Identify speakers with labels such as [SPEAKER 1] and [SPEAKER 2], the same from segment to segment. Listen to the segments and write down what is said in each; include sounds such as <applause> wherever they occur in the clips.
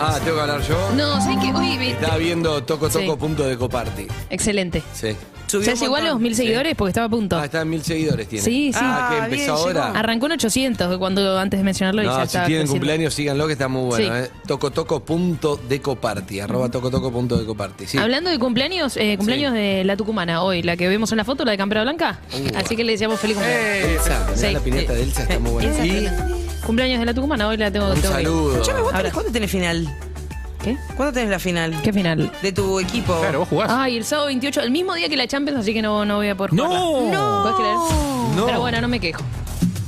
[SPEAKER 1] Ah, tengo que hablar yo.
[SPEAKER 2] No, ¿sabes qué? Hoy vi-
[SPEAKER 1] Estaba viendo toco toco
[SPEAKER 2] Sí.
[SPEAKER 1] punto de coparty.
[SPEAKER 2] Excelente.
[SPEAKER 1] Sí.
[SPEAKER 2] ¿Ya llegó a los mil seguidores? Porque estaba a punto.
[SPEAKER 1] Ah, está en mil seguidores tiene.
[SPEAKER 2] Sí, sí.
[SPEAKER 1] Ah, que
[SPEAKER 3] Ah,
[SPEAKER 1] empezó
[SPEAKER 3] bien, llegó.
[SPEAKER 1] ahora.
[SPEAKER 2] Arrancó en 800, que cuando antes de mencionarlo y ya
[SPEAKER 1] No, si
[SPEAKER 2] estaba
[SPEAKER 1] tienen
[SPEAKER 2] creciendo.
[SPEAKER 1] cumpleaños, síganlo que está muy bueno,
[SPEAKER 2] Sí.
[SPEAKER 1] eh. Tocotoco.decoparty, arroba tocotoco.decoparty. Sí.
[SPEAKER 2] Hablando de cumpleaños, eh, cumpleaños de la tucumana hoy, la que vemos en la foto, la de Campera Blanca. Así que le decíamos feliz cumpleaños.
[SPEAKER 1] Uh. Eh, Elsa, mirá
[SPEAKER 2] Sí.
[SPEAKER 1] la piñata de Elsa está muy buena.
[SPEAKER 2] Esa
[SPEAKER 1] Y
[SPEAKER 2] es la- Cumpleaños de la tucumana, hoy la tengo,
[SPEAKER 1] un
[SPEAKER 2] tengo que-
[SPEAKER 1] saludo.
[SPEAKER 3] Escuchame, vos
[SPEAKER 2] Ahora.
[SPEAKER 3] tenés- ¿cuándo tenés final?
[SPEAKER 2] ¿Qué?
[SPEAKER 3] ¿Cuándo tenés la final?
[SPEAKER 2] ¿Qué final?
[SPEAKER 3] De tu equipo.
[SPEAKER 4] Claro, vos jugás.
[SPEAKER 2] Ay, el sábado 28, el mismo día que la Champions, así que no, no voy a poder jugarla. ¿Puedes creer?
[SPEAKER 1] No.
[SPEAKER 2] Pero bueno, no me quejo.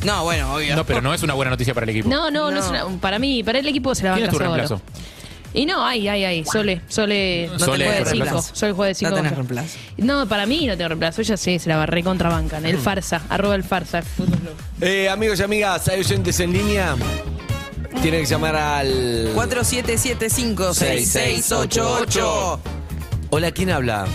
[SPEAKER 3] No, bueno, obvio.
[SPEAKER 4] No, pero no es una buena noticia para el equipo.
[SPEAKER 2] No, no, no,
[SPEAKER 3] No.
[SPEAKER 2] es una- para mí, para el equipo se la banca
[SPEAKER 4] ¿Quién es tu
[SPEAKER 2] solo.
[SPEAKER 4] reemplazo?
[SPEAKER 2] Y no, ay, ay, ay, Sole, Sole,
[SPEAKER 4] No
[SPEAKER 2] juega
[SPEAKER 4] Sole es
[SPEAKER 2] de
[SPEAKER 4] tu
[SPEAKER 2] cinco,
[SPEAKER 3] reemplazo.
[SPEAKER 2] Sole juega de cinco.
[SPEAKER 3] No tenés
[SPEAKER 2] banca.
[SPEAKER 3] reemplazo.
[SPEAKER 2] No, para mí no tengo reemplazo, ella sí, se la barré contrabancan,
[SPEAKER 3] Mm.
[SPEAKER 2] el farsa, arroba el farsa, Fútbol Club.
[SPEAKER 1] Eh, amigos y amigas, hay oyentes en línea. Tienen que llamar al.
[SPEAKER 3] 47756688.
[SPEAKER 1] Hola, ¿quién habla?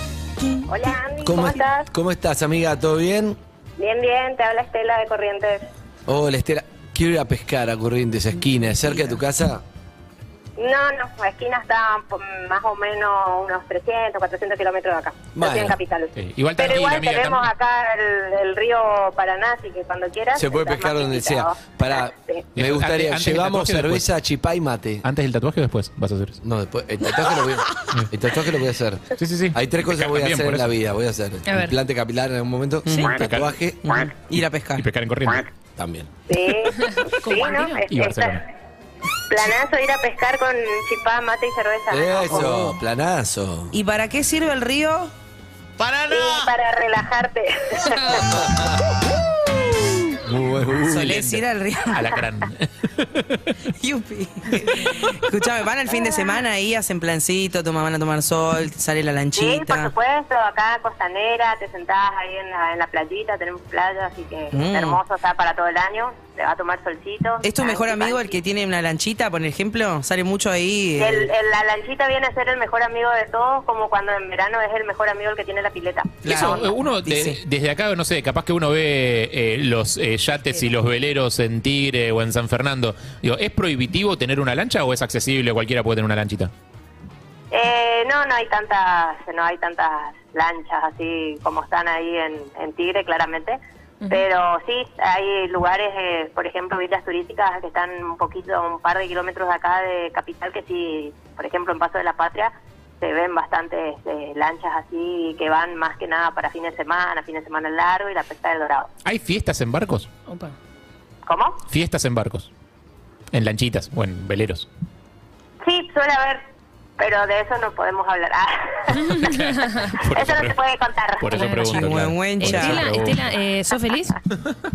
[SPEAKER 5] Hola Andy, ¿cómo,
[SPEAKER 1] ¿Cómo, es-
[SPEAKER 5] estás?
[SPEAKER 1] ¿Cómo estás, amiga? ¿Todo bien?
[SPEAKER 5] Bien, bien, te habla Estela de Corrientes.
[SPEAKER 1] Hola, Oh, Estela. Quiero ir a pescar a Corrientes, a esquina, ¿es cerca de tu casa.
[SPEAKER 5] No, no, la esquina está mm, más o menos unos 300, 400 kilómetros de acá.
[SPEAKER 1] Bueno.
[SPEAKER 5] Yo estoy en Capital.
[SPEAKER 4] Sí, igual
[SPEAKER 5] Pero
[SPEAKER 4] tranquila,
[SPEAKER 5] igual
[SPEAKER 4] amiga,
[SPEAKER 5] tenemos
[SPEAKER 4] tam-
[SPEAKER 5] acá el, el río Paraná, así que cuando quieras.
[SPEAKER 1] Se puede
[SPEAKER 5] estás
[SPEAKER 1] pescar
[SPEAKER 5] más
[SPEAKER 1] donde sea.
[SPEAKER 5] invitado.
[SPEAKER 1] Para,
[SPEAKER 5] Sí.
[SPEAKER 1] me gustaría.
[SPEAKER 4] Antes- antes
[SPEAKER 1] Llevamos
[SPEAKER 4] del tatuaje,
[SPEAKER 1] cerveza, chipá y mate.
[SPEAKER 4] ¿Antes del tatuaje o después vas a hacer eso?
[SPEAKER 1] No, después. El tatuaje, lo
[SPEAKER 4] <laughs>
[SPEAKER 1] voy a, el tatuaje lo voy a hacer.
[SPEAKER 4] Sí, sí, sí.
[SPEAKER 1] Hay tres cosas que voy a
[SPEAKER 4] También,
[SPEAKER 1] hacer
[SPEAKER 4] por
[SPEAKER 1] en la
[SPEAKER 4] eso.
[SPEAKER 1] vida. Voy a hacer un
[SPEAKER 2] ver.
[SPEAKER 1] implante capilar en algún momento, un tatuaje
[SPEAKER 3] Ir a pescar.
[SPEAKER 4] Y pescar en corriente.
[SPEAKER 1] también.
[SPEAKER 5] Sí,
[SPEAKER 2] Con
[SPEAKER 5] sí, ¿no?
[SPEAKER 2] Martino.
[SPEAKER 5] Es-
[SPEAKER 4] Y Barcelona.
[SPEAKER 5] está- Planazo ir a pescar con chipá, mate y cerveza.
[SPEAKER 1] Eso, planazo.
[SPEAKER 3] ¿Y para qué sirve el río?
[SPEAKER 5] Y para relajarte.
[SPEAKER 1] Muy bueno.
[SPEAKER 3] Solés ir al río. <laughs>
[SPEAKER 4] A Ah, la <laughs> gran.
[SPEAKER 3] Yupi. Escuchame, van el fin de semana ahí, hacen plancito, toman, van a tomar sol, sale la
[SPEAKER 5] Sí, por
[SPEAKER 3] lanchita.
[SPEAKER 5] supuesto, acá costanera, te sentás ahí en la, en la playita, tenemos playa, así que
[SPEAKER 3] Mm.
[SPEAKER 5] hermoso, está para todo el año, te va a tomar solcito.
[SPEAKER 3] ¿Es tu mejor
[SPEAKER 5] Tranqui,
[SPEAKER 3] amigo el
[SPEAKER 5] tranqui.
[SPEAKER 3] que tiene una lanchita, por ejemplo? Sale mucho ahí. eh.
[SPEAKER 5] El- el- la lanchita viene a ser el mejor amigo de todos, como cuando en verano es el mejor amigo el que tiene la pileta.
[SPEAKER 3] Claro.
[SPEAKER 4] Eso, eh, uno de-
[SPEAKER 3] Sí.
[SPEAKER 4] desde acá, no sé, capaz que uno ve eh, los eh, yates y los veleros en Tigre o en San Fernando. Digo, ¿es prohibitivo tener una lancha o es accesible? Cualquiera puede tener una lanchita.
[SPEAKER 5] Eh, no, no hay tantas, no hay tantas lanchas así como están ahí en, en Tigre, claramente. Pero sí, hay lugares, eh, por ejemplo, villas turísticas que están un poquito, un par de kilómetros de acá de Capital, que sí, por ejemplo, en Paso de la Patria, se ven bastantes eh, lanchas así que van más que nada para fines de semana, fines de semana largo y la pesca del dorado.
[SPEAKER 4] ¿Hay fiestas en barcos?
[SPEAKER 2] Opa.
[SPEAKER 5] ¿Cómo?
[SPEAKER 4] Fiestas en barcos. En lanchitas o en veleros. <laughs>
[SPEAKER 5] Sí, suele haber, pero de eso no podemos hablar. Ah. <laughs>
[SPEAKER 4] Por
[SPEAKER 5] eso no
[SPEAKER 4] pre-
[SPEAKER 5] se puede contar.
[SPEAKER 4] Por eso
[SPEAKER 2] Claro,
[SPEAKER 4] pregunto. claro.
[SPEAKER 3] chingüengüencha.
[SPEAKER 4] Por eso
[SPEAKER 2] Estela,
[SPEAKER 4] pregunto.
[SPEAKER 2] Estela, eh, ¿sos feliz?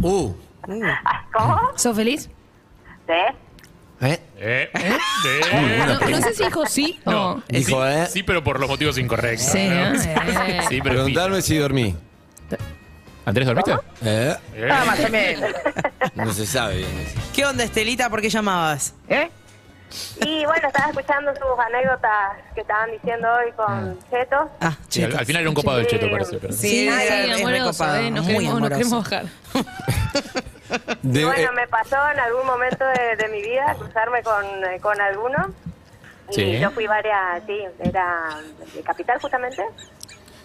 [SPEAKER 1] Uh,
[SPEAKER 5] Ay, ¿Cómo?
[SPEAKER 2] ¿Sos feliz?
[SPEAKER 5] ¿Sí?
[SPEAKER 1] ¿eh?
[SPEAKER 4] Eh, eh,
[SPEAKER 2] <laughs> No, no sé si dijo sí
[SPEAKER 4] No,
[SPEAKER 2] o...
[SPEAKER 4] sí,
[SPEAKER 1] Dijo, ¿eh?
[SPEAKER 4] sí, pero por los motivos incorrectos.
[SPEAKER 2] Sí,
[SPEAKER 4] Oh. ¿no?
[SPEAKER 2] ¿no? Eh.
[SPEAKER 4] Sí, pero sí.
[SPEAKER 1] Preguntarme si dormí.
[SPEAKER 4] ¿Andrés dormiste?
[SPEAKER 1] ¿Eh?
[SPEAKER 4] Eh.
[SPEAKER 1] No se sabe bien. eso.
[SPEAKER 3] ¿Qué onda, Estelita? ¿Por qué llamabas?
[SPEAKER 5] Y bueno, estaba escuchando sus anécdotas que estaban diciendo hoy con Cheto.
[SPEAKER 3] Ah,
[SPEAKER 4] Sí, al,
[SPEAKER 3] chicos.
[SPEAKER 4] al final era un copado del cheto, parece. pero-
[SPEAKER 3] Sí, era- es recopado,
[SPEAKER 2] eh, no
[SPEAKER 3] muy
[SPEAKER 2] queremos, no
[SPEAKER 3] amoroso.
[SPEAKER 2] queremos bajar.
[SPEAKER 1] De-
[SPEAKER 5] Y
[SPEAKER 1] eh,
[SPEAKER 5] bueno, me pasó en algún momento de, de mi vida cruzarme con, eh, con alguno. Y
[SPEAKER 4] Sí.
[SPEAKER 5] yo fui varias, sí, era de Capital justamente.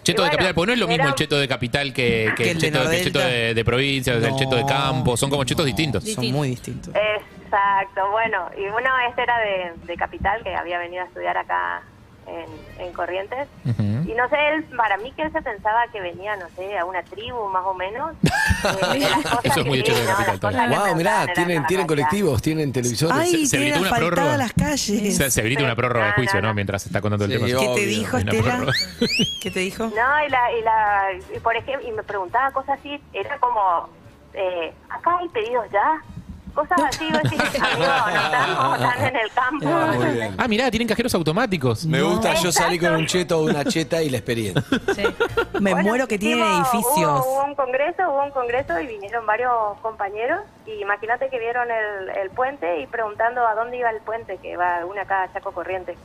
[SPEAKER 4] Cheto
[SPEAKER 5] Y
[SPEAKER 4] de
[SPEAKER 5] bueno,
[SPEAKER 4] capital, porque no es lo mismo
[SPEAKER 5] era-
[SPEAKER 4] el cheto de capital que, que
[SPEAKER 3] Que
[SPEAKER 4] el
[SPEAKER 3] el de
[SPEAKER 4] cheto, que el cheto
[SPEAKER 3] Nordelta.
[SPEAKER 4] de, de provincia, el
[SPEAKER 3] No,
[SPEAKER 4] cheto de campo, son como chetos
[SPEAKER 3] no,
[SPEAKER 4] distintos.
[SPEAKER 3] Son muy distintos.
[SPEAKER 5] Eh, Exacto, bueno, y uno este era de, de Capital, que había venido a estudiar acá en, en Corrientes.
[SPEAKER 4] Ujú.
[SPEAKER 5] Y no sé, él, para mí que él se pensaba que venía, no sé, a una tribu más o menos. eh,
[SPEAKER 4] <laughs>
[SPEAKER 5] de las cosas
[SPEAKER 4] Eso es
[SPEAKER 5] que
[SPEAKER 4] muy de
[SPEAKER 5] sí,
[SPEAKER 4] Cheto de
[SPEAKER 5] ¿no?
[SPEAKER 4] Capital,
[SPEAKER 5] Las
[SPEAKER 4] tal.
[SPEAKER 5] cosas que
[SPEAKER 1] wow, mirá,
[SPEAKER 5] pensaban eran
[SPEAKER 1] tienen,
[SPEAKER 5] la
[SPEAKER 1] tienen
[SPEAKER 5] realidad.
[SPEAKER 1] colectivos, tienen televisores.
[SPEAKER 3] Ay,
[SPEAKER 4] se- se habilitó
[SPEAKER 3] tienen
[SPEAKER 4] una
[SPEAKER 3] asfaltadas
[SPEAKER 4] prórroga.
[SPEAKER 3] las calles.
[SPEAKER 4] Se, se habilita una prórroga de
[SPEAKER 5] No,
[SPEAKER 4] juicio,
[SPEAKER 5] no,
[SPEAKER 4] ¿no?
[SPEAKER 5] no.
[SPEAKER 4] Mientras está contando el
[SPEAKER 1] Sí,
[SPEAKER 4] tema.
[SPEAKER 1] yo-
[SPEAKER 3] ¿Qué te
[SPEAKER 1] Obvio,
[SPEAKER 3] dijo,
[SPEAKER 4] una
[SPEAKER 3] Estela?
[SPEAKER 4] prórroga.
[SPEAKER 3] <laughs> ¿Qué te dijo?
[SPEAKER 5] No, y, la, y, la, y por ejemplo, y me preguntaba cosas así, era como, eh, acá hay pedidos ya, cosas así, yo decía, amigo, no estamos tan en el campo.
[SPEAKER 1] Muy bien.
[SPEAKER 4] Ah, mirá, tienen cajeros automáticos.
[SPEAKER 1] Me gusta yo salir con un cheto o una cheta y la
[SPEAKER 4] <laughs>
[SPEAKER 1] experiencia.
[SPEAKER 3] Me
[SPEAKER 5] Bueno,
[SPEAKER 3] muero que
[SPEAKER 5] sí,
[SPEAKER 3] tienen
[SPEAKER 5] hubo-
[SPEAKER 3] edificios.
[SPEAKER 5] Hubo, hubo un congreso, hubo un congreso y vinieron varios compañeros y imagínate que vieron el, el puente y preguntando a dónde iba el puente, que va una acá a Chaco Corrientes.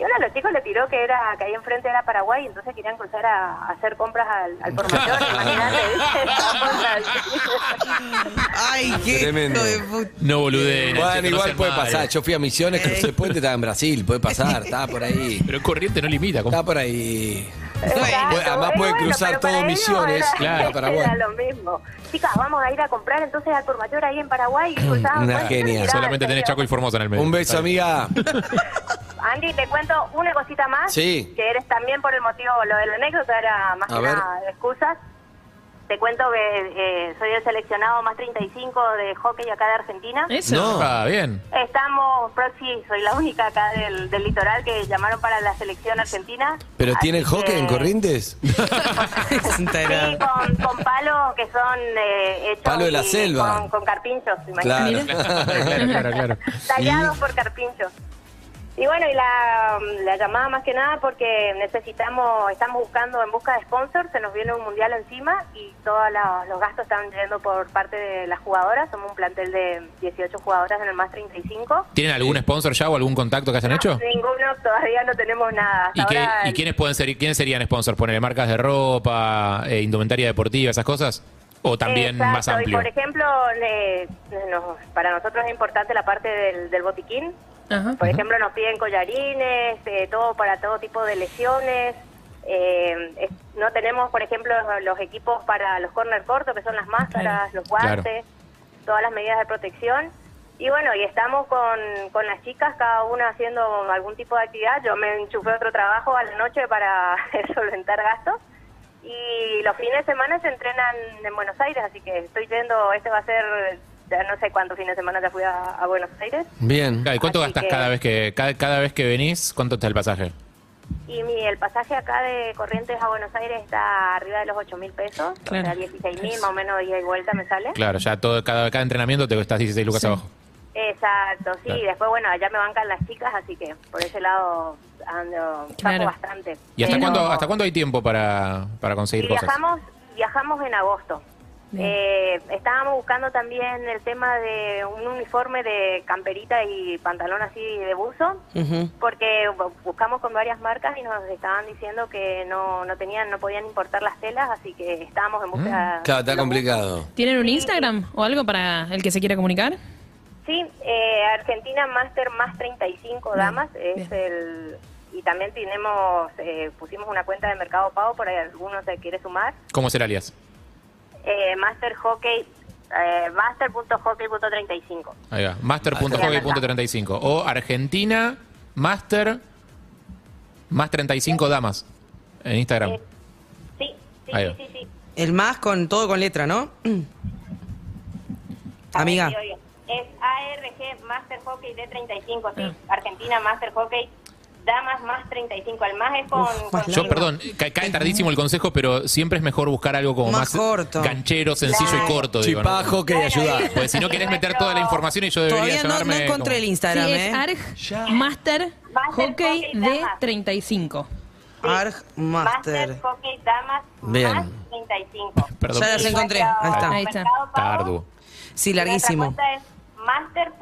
[SPEAKER 5] Y uno de los chicos le tiró que era que ahí enfrente era Paraguay, entonces querían cruzar a, a hacer compras al, al por mayor. imagínate, ¿viste? <laughs>
[SPEAKER 3] <laughs> Ay, qué
[SPEAKER 1] Tremendo.
[SPEAKER 3] hijo de puta.
[SPEAKER 4] No boludeen.
[SPEAKER 1] Bueno,
[SPEAKER 4] gente, no
[SPEAKER 1] igual
[SPEAKER 4] sean
[SPEAKER 1] puede
[SPEAKER 4] malos.
[SPEAKER 1] pasar. Yo fui a Misiones, crucé el puente, estaba en Brasil, puede pasar, estaba por ahí.
[SPEAKER 4] Pero corriente no limita. ¿cómo?
[SPEAKER 1] Está por ahí.
[SPEAKER 5] Exacto.
[SPEAKER 1] Puede- además
[SPEAKER 5] Y
[SPEAKER 1] puede
[SPEAKER 5] bueno,
[SPEAKER 1] cruzar
[SPEAKER 5] pero para
[SPEAKER 1] todo
[SPEAKER 5] ellos
[SPEAKER 1] Misiones
[SPEAKER 5] era-
[SPEAKER 1] y
[SPEAKER 5] <laughs>
[SPEAKER 1] claro, Paraguay.
[SPEAKER 5] Era lo mismo. Chicas, vamos a ir a comprar entonces al por mayor ahí
[SPEAKER 1] <clears throat>
[SPEAKER 5] en Paraguay. y cruzamos,
[SPEAKER 1] Una
[SPEAKER 5] pues,
[SPEAKER 1] genia.
[SPEAKER 5] mirá,
[SPEAKER 4] Solamente tenés
[SPEAKER 5] sería-
[SPEAKER 4] Chaco y Formosa en el medio.
[SPEAKER 1] Un beso, amiga.
[SPEAKER 5] Andy, te cuento una cosita más.
[SPEAKER 1] Sí.
[SPEAKER 5] Que eres también por el motivo, lo de la anécdota era más
[SPEAKER 1] A
[SPEAKER 5] que
[SPEAKER 1] ver.
[SPEAKER 5] nada de excusas. Te cuento que eh, soy el seleccionado más 35 de hockey acá de Argentina.
[SPEAKER 2] Eso.
[SPEAKER 1] No.
[SPEAKER 4] Ah, bien. <laughs>
[SPEAKER 5] Estamos, Proxy, soy la única acá del, del litoral que llamaron para la selección argentina.
[SPEAKER 1] ¿Pero
[SPEAKER 5] Así
[SPEAKER 1] tienen hockey en
[SPEAKER 5] que-
[SPEAKER 1] Corrientes?
[SPEAKER 3] Es un
[SPEAKER 5] Sí,
[SPEAKER 3] tarado.
[SPEAKER 5] con, con palos que son eh, hechos.
[SPEAKER 1] Palo de la
[SPEAKER 5] y-
[SPEAKER 1] selva.
[SPEAKER 5] Con, con carpinchos,
[SPEAKER 1] Claro.
[SPEAKER 5] imagínate.
[SPEAKER 4] Claro, claro, claro.
[SPEAKER 5] Tallados por carpinchos. Y bueno, y la, la llamada más que nada porque necesitamos, estamos buscando en busca de sponsors, se nos viene un mundial encima y todos la- los gastos están yendo por parte de las jugadoras. Somos un plantel de 18 jugadoras en el más 35.
[SPEAKER 4] ¿Tienen algún sponsor ya o algún contacto que hayan hecho?
[SPEAKER 5] Ninguno, todavía no tenemos nada. Hasta
[SPEAKER 4] ¿Y, qué-
[SPEAKER 5] ahora
[SPEAKER 4] y quiénes pueden ser, quiénes serían sponsors? ¿Poner marcas de ropa, eh, indumentaria deportiva, esas cosas? ¿O también
[SPEAKER 5] Exacto,
[SPEAKER 4] más amplio?
[SPEAKER 5] Y por ejemplo, le- nos- para nosotros es importante la parte del, del botiquín.
[SPEAKER 2] Ajá.
[SPEAKER 5] Por ejemplo, nos piden collarines, eh, todo para todo tipo de lesiones. Eh, es- no tenemos, por ejemplo, los equipos para los corner cortos, que son las máscaras, los
[SPEAKER 4] Claro.
[SPEAKER 5] guantes, todas las medidas de protección. Y bueno, y estamos con, con las chicas, cada una haciendo algún tipo de actividad. Yo me enchufé a otro trabajo a la noche para <laughs> solventar gastos. Y los fines de semana se entrenan en Buenos Aires, así que estoy yendo, este va a ser, ya no sé cuántos fines de semana ya fui a, a Buenos Aires.
[SPEAKER 1] <laughs> Bien.
[SPEAKER 4] Claro, ¿y ¿Cuánto
[SPEAKER 5] Así
[SPEAKER 4] gastas
[SPEAKER 5] que-
[SPEAKER 4] cada vez que cada, cada vez que venís? ¿Cuánto está el pasaje?
[SPEAKER 5] Y mi, el pasaje acá de Corrientes a Buenos Aires está arriba de los 8 mil pesos,
[SPEAKER 2] Claro.
[SPEAKER 5] o sea, 16 mil, más o menos, ida y vuelta me sale.
[SPEAKER 4] Claro, ya todo cada, cada entrenamiento te estás 16 lucas abajo.
[SPEAKER 5] Exacto, sí,
[SPEAKER 4] Claro.
[SPEAKER 5] después, bueno, allá me bancan las chicas, así que por ese lado ando, saco
[SPEAKER 2] Claro.
[SPEAKER 5] bastante.
[SPEAKER 4] ¿Y hasta
[SPEAKER 5] Pero-
[SPEAKER 4] cuándo hasta cuándo hay tiempo para, para conseguir
[SPEAKER 5] Y
[SPEAKER 4] cosas?
[SPEAKER 5] viajamos, viajamos en agosto.
[SPEAKER 2] Bien.
[SPEAKER 5] Eh, estábamos buscando también el tema de un uniforme de camperita y pantalón así de buzo,
[SPEAKER 3] Ujú.
[SPEAKER 5] porque bu- buscamos con varias marcas y nos estaban diciendo que no, no tenían, no podían importar las telas, así que estábamos en busca.
[SPEAKER 1] Mm, Claro, está complicado.
[SPEAKER 2] ¿Tienen un Instagram o algo para el que se quiera comunicar?
[SPEAKER 5] Sí, eh, Argentina Master más 35 damas es el y también tenemos eh, pusimos una cuenta de Mercado Pago por ahí alguno se quiere sumar.
[SPEAKER 4] ¿Cómo será alias?
[SPEAKER 5] Eh, Master Hockey, eh, master.hockey.35.
[SPEAKER 4] Ahí va. Master.hockey.35 o Argentina Master más 35 damas en Instagram.
[SPEAKER 5] Eh, sí, sí,
[SPEAKER 4] Ahí va.
[SPEAKER 5] sí, sí, sí.
[SPEAKER 3] El más con todo con letra, ¿no?
[SPEAKER 5] A ver,
[SPEAKER 3] Amiga.
[SPEAKER 5] sí, oye. Es ARG Master Hockey de 35, sí. Argentina Master Hockey, Damas más 35. El más es con.
[SPEAKER 3] Uf,
[SPEAKER 5] con
[SPEAKER 3] más
[SPEAKER 4] Yo,
[SPEAKER 3] Claro.
[SPEAKER 4] perdón, ca- cae tardísimo el consejo, pero siempre es mejor buscar algo como más,
[SPEAKER 3] Más corto.
[SPEAKER 4] ganchero, sencillo y corto. digo, ¿no?
[SPEAKER 1] Chipá, hockey, ayudá.
[SPEAKER 4] Pues si no querés meter toda la información y yo debería
[SPEAKER 3] Todavía no, no
[SPEAKER 4] llamarme
[SPEAKER 3] encontré el
[SPEAKER 4] como-
[SPEAKER 3] Instagram,
[SPEAKER 2] sí,
[SPEAKER 3] ¿eh?
[SPEAKER 2] es ARG Master
[SPEAKER 5] Master
[SPEAKER 2] Hockey
[SPEAKER 5] Hockey
[SPEAKER 2] de
[SPEAKER 5] Damas.
[SPEAKER 2] 35.
[SPEAKER 3] Arg Master.
[SPEAKER 5] Master Hockey Damas más
[SPEAKER 1] Bien.
[SPEAKER 5] 35.
[SPEAKER 4] Perdón.
[SPEAKER 3] Ya las encontré. Ahí está.
[SPEAKER 2] Ahí está.
[SPEAKER 5] Mercado Pago.
[SPEAKER 4] Tardo.
[SPEAKER 3] Sí,
[SPEAKER 5] Y nuestra
[SPEAKER 3] larguísimo.
[SPEAKER 5] cuenta es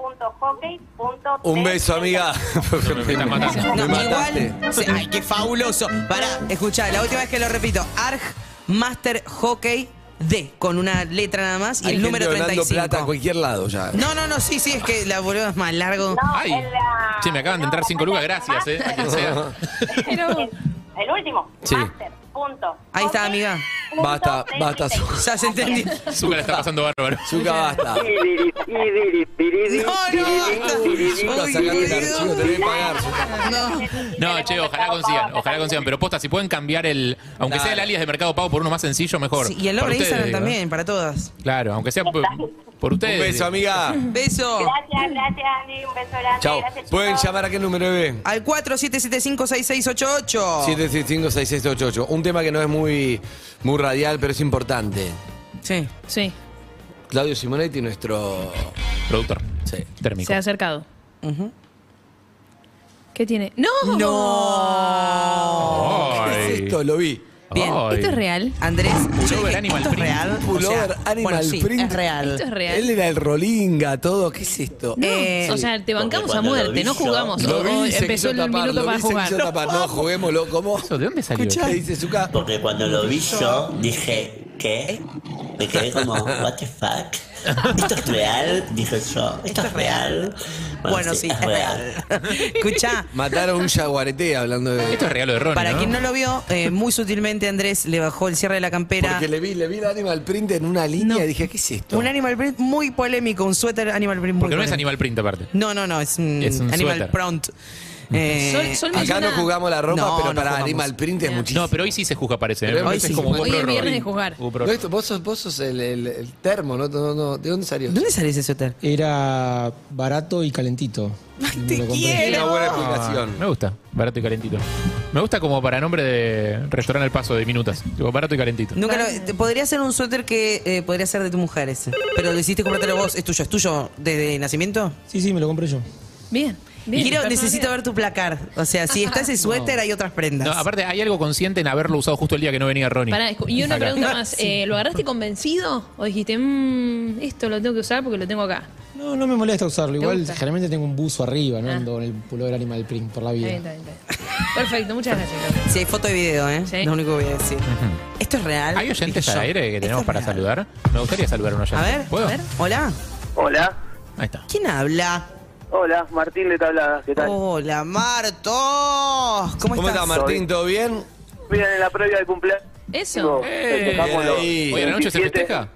[SPEAKER 5] master.hockey.t.
[SPEAKER 1] Un beso, amiga.
[SPEAKER 4] me estás matando.
[SPEAKER 1] <laughs> Me
[SPEAKER 3] No,
[SPEAKER 1] mataste.
[SPEAKER 3] igual. sí, Ay, qué fabuloso. Pará, escuchá, la última vez que lo repito. Arg Master Hockey D, con una letra nada más y
[SPEAKER 1] Hay
[SPEAKER 3] el número
[SPEAKER 1] gente donando
[SPEAKER 3] 35.
[SPEAKER 1] plata a cualquier lado ya.
[SPEAKER 3] No, no, no, sí, sí, es que la volvemos más largo.
[SPEAKER 5] No,
[SPEAKER 4] Ay.
[SPEAKER 5] en la-
[SPEAKER 4] Che, me acaban de
[SPEAKER 5] no,
[SPEAKER 4] entrar
[SPEAKER 5] la
[SPEAKER 4] 5 lucas,
[SPEAKER 5] cuenta es
[SPEAKER 4] gracias, eh, a quien
[SPEAKER 5] <laughs>
[SPEAKER 4] sea.
[SPEAKER 2] Pero
[SPEAKER 5] Master- El último.
[SPEAKER 1] Sí.
[SPEAKER 5] Master. Punto.
[SPEAKER 3] Ahí está,
[SPEAKER 5] Hockey
[SPEAKER 3] amiga.
[SPEAKER 5] punto
[SPEAKER 1] Basta,
[SPEAKER 5] T.
[SPEAKER 1] basta, Zuka.
[SPEAKER 3] Ya se
[SPEAKER 5] <laughs>
[SPEAKER 3] entendí.
[SPEAKER 4] Zucca la está pasando bárbaro.
[SPEAKER 1] Zuka, basta.
[SPEAKER 3] No, no, basta.
[SPEAKER 1] Zuka,
[SPEAKER 3] Uy,
[SPEAKER 1] sacate el
[SPEAKER 3] Dios.
[SPEAKER 1] archivo, tenés que pagar. Zuka.
[SPEAKER 3] No.
[SPEAKER 4] No, che, ojalá consigan, ojalá consigan. Pero posta, si pueden cambiar el. Aunque sea el
[SPEAKER 1] Claro.
[SPEAKER 4] alias de Mercado Pago por uno más sencillo, mejor.
[SPEAKER 3] Sí, y el
[SPEAKER 4] Para
[SPEAKER 3] nombre de
[SPEAKER 4] ustedes,
[SPEAKER 3] Instagram
[SPEAKER 4] digo, ¿eh?
[SPEAKER 3] también, para todas.
[SPEAKER 4] Claro, aunque sea por, por
[SPEAKER 1] Un
[SPEAKER 4] ustedes.
[SPEAKER 1] beso,
[SPEAKER 4] digo.
[SPEAKER 1] amiga.
[SPEAKER 3] Beso.
[SPEAKER 5] Gracias, gracias, Andy. Un beso grande.
[SPEAKER 1] Chao.
[SPEAKER 5] Gracias,
[SPEAKER 1] ¿Pueden
[SPEAKER 5] chicos.
[SPEAKER 1] llamar a qué número, bebé?
[SPEAKER 3] Al 47756688.
[SPEAKER 1] 765-6688. Un tema que no es muy, muy radial, pero es importante.
[SPEAKER 3] Sí.
[SPEAKER 2] sí,
[SPEAKER 1] Claudio Simonetti, nuestro.
[SPEAKER 4] Productor.
[SPEAKER 1] Sí.
[SPEAKER 4] Térmico.
[SPEAKER 2] se ha acercado. ¿Qué tiene? ¡No!
[SPEAKER 3] No.
[SPEAKER 1] ¿Qué es
[SPEAKER 4] Ay.
[SPEAKER 1] esto? Lo vi.
[SPEAKER 3] Bien.
[SPEAKER 4] Ay.
[SPEAKER 2] Esto es real.
[SPEAKER 3] Andrés, yo
[SPEAKER 4] Pullover
[SPEAKER 3] dije,
[SPEAKER 4] Animal
[SPEAKER 3] ¿esto es
[SPEAKER 4] Print.
[SPEAKER 3] real? O
[SPEAKER 1] Pullover
[SPEAKER 3] sea,
[SPEAKER 1] Animal
[SPEAKER 3] bueno, sí,
[SPEAKER 1] Print.
[SPEAKER 3] es real.
[SPEAKER 2] Esto es real.
[SPEAKER 1] Él era el Rolinga, todo. ¿Qué es esto?
[SPEAKER 2] No,
[SPEAKER 3] Eh,
[SPEAKER 2] o sea, te
[SPEAKER 6] porque
[SPEAKER 2] bancamos a
[SPEAKER 6] cuando lo
[SPEAKER 2] muerte,
[SPEAKER 6] vi
[SPEAKER 2] no
[SPEAKER 6] yo-
[SPEAKER 2] jugamos.
[SPEAKER 1] Lo
[SPEAKER 2] O-
[SPEAKER 1] vi,
[SPEAKER 2] o
[SPEAKER 1] se
[SPEAKER 2] empezó
[SPEAKER 1] quiso
[SPEAKER 2] el
[SPEAKER 1] tapar,
[SPEAKER 2] minuto
[SPEAKER 1] lo
[SPEAKER 2] para
[SPEAKER 1] vi, se
[SPEAKER 2] jugar.
[SPEAKER 1] quiso tapar. No, juguémoslo. ¿Cómo?
[SPEAKER 4] ¿Eso de dónde salió?
[SPEAKER 1] Escuchá, dice Zuka.
[SPEAKER 6] Porque cuando lo vi yo, dije, ¿qué? Me quedé como, ¿what the fuck? ¿Esto es real? Dije yo, ¿esto es real?
[SPEAKER 3] Bueno, sí, es real. <laughs>
[SPEAKER 4] <laughs>
[SPEAKER 3] Escuchá,
[SPEAKER 1] Mataron un jaguarete hablando de.
[SPEAKER 4] Esto es regalo de Ron,
[SPEAKER 3] para
[SPEAKER 4] ¿no?
[SPEAKER 3] quien no lo vio, eh, muy sutilmente Andrés le bajó el cierre de la campera.
[SPEAKER 1] Porque le vi, le vi el Animal Print en una línea
[SPEAKER 2] No.
[SPEAKER 1] y dije, ¿qué es esto?
[SPEAKER 3] Un Animal Print muy polémico, un suéter Animal Print muy
[SPEAKER 4] Porque no es
[SPEAKER 3] polémico.
[SPEAKER 4] Animal Print aparte.
[SPEAKER 3] No, no, no, es un,
[SPEAKER 4] Es un
[SPEAKER 3] Animal
[SPEAKER 4] suéter.
[SPEAKER 3] Print. Eh,
[SPEAKER 2] Sol- Sol-
[SPEAKER 1] Acá no
[SPEAKER 2] menciona-
[SPEAKER 1] jugamos la ropa,
[SPEAKER 3] No,
[SPEAKER 1] pero
[SPEAKER 3] no
[SPEAKER 1] para
[SPEAKER 3] jugamos.
[SPEAKER 1] Animal Print es
[SPEAKER 2] No.
[SPEAKER 1] muchísimo.
[SPEAKER 4] No, pero hoy sí se juzga, parece. Me
[SPEAKER 1] Pero
[SPEAKER 4] parece
[SPEAKER 3] hoy
[SPEAKER 4] como
[SPEAKER 3] sí.
[SPEAKER 4] hubo
[SPEAKER 2] Hoy es
[SPEAKER 4] prórroga.
[SPEAKER 2] viernes de juzgar.
[SPEAKER 4] Hubo
[SPEAKER 1] No,
[SPEAKER 4] prórroga.
[SPEAKER 1] esto- vos sos, vos sos el, el- el termo, ¿no? No, no, ¿De dónde salió?
[SPEAKER 3] ¿Dónde sale ese suéter?
[SPEAKER 7] Era barato y calentito.
[SPEAKER 3] te
[SPEAKER 7] lo compré.
[SPEAKER 3] quiero.
[SPEAKER 1] Una buena
[SPEAKER 4] Ah,
[SPEAKER 1] explicación.
[SPEAKER 4] me gusta, barato y calentito. Me gusta como para nombre de restaurante al paso de minutas. Tipo, barato y calentito.
[SPEAKER 3] Nunca lo- te- podría ser un suéter que eh, podría ser de tu mujer ese. Pero decidiste comprártelo vos, es tuyo, es tuyo desde nacimiento.
[SPEAKER 7] Sí, sí, me lo compré yo.
[SPEAKER 2] Bien, bien.
[SPEAKER 3] Quiero,
[SPEAKER 2] personalidad.
[SPEAKER 3] necesito ver tu placar. O sea, si está
[SPEAKER 2] <laughs>
[SPEAKER 3] ese suéter, hay otras prendas.
[SPEAKER 4] No, aparte, hay algo consciente en haberlo usado justo el día que no venía Ronnie.
[SPEAKER 2] Pará, escu- y una
[SPEAKER 4] Acá.
[SPEAKER 1] <laughs>
[SPEAKER 2] pregunta más. eh, ¿Lo agarraste convencido o dijiste, mmm, esto lo tengo que usar porque lo tengo acá?
[SPEAKER 7] No, no me molesta usarlo. Igual
[SPEAKER 2] gusta?
[SPEAKER 7] generalmente tengo un buzo arriba, no
[SPEAKER 2] Ah.
[SPEAKER 7] ando con el pullover animal print por la vida.
[SPEAKER 2] Está bien, está bien, está bien. Perfecto, muchas gracias.
[SPEAKER 3] Si hay foto y video, ¿eh?
[SPEAKER 2] Sí.
[SPEAKER 3] Lo único que voy a decir. Esto es real.
[SPEAKER 4] ¿Hay oyentes
[SPEAKER 3] Dije
[SPEAKER 4] al
[SPEAKER 3] yo.
[SPEAKER 4] aire que
[SPEAKER 3] Esto
[SPEAKER 4] tenemos
[SPEAKER 3] es
[SPEAKER 4] para
[SPEAKER 3] real.
[SPEAKER 4] saludar? Me gustaría saludar a un oyente.
[SPEAKER 3] A ver,
[SPEAKER 4] ¿Puedo?
[SPEAKER 3] a ver. Hola.
[SPEAKER 8] Hola,
[SPEAKER 4] Ahí está.
[SPEAKER 3] ¿Quién habla?
[SPEAKER 8] hola, Martín de Tablada, ¿qué tal?
[SPEAKER 3] Hola, Marto. ¿Cómo,
[SPEAKER 1] ¿Cómo
[SPEAKER 3] estás?
[SPEAKER 1] estás, Martín? ¿Todo bien?
[SPEAKER 8] Miren, en la previa del cumpleaños.
[SPEAKER 2] Eso.
[SPEAKER 8] festejamos los
[SPEAKER 1] ahí.
[SPEAKER 4] ¿Hoy a la noche se
[SPEAKER 8] 27.
[SPEAKER 4] festeja?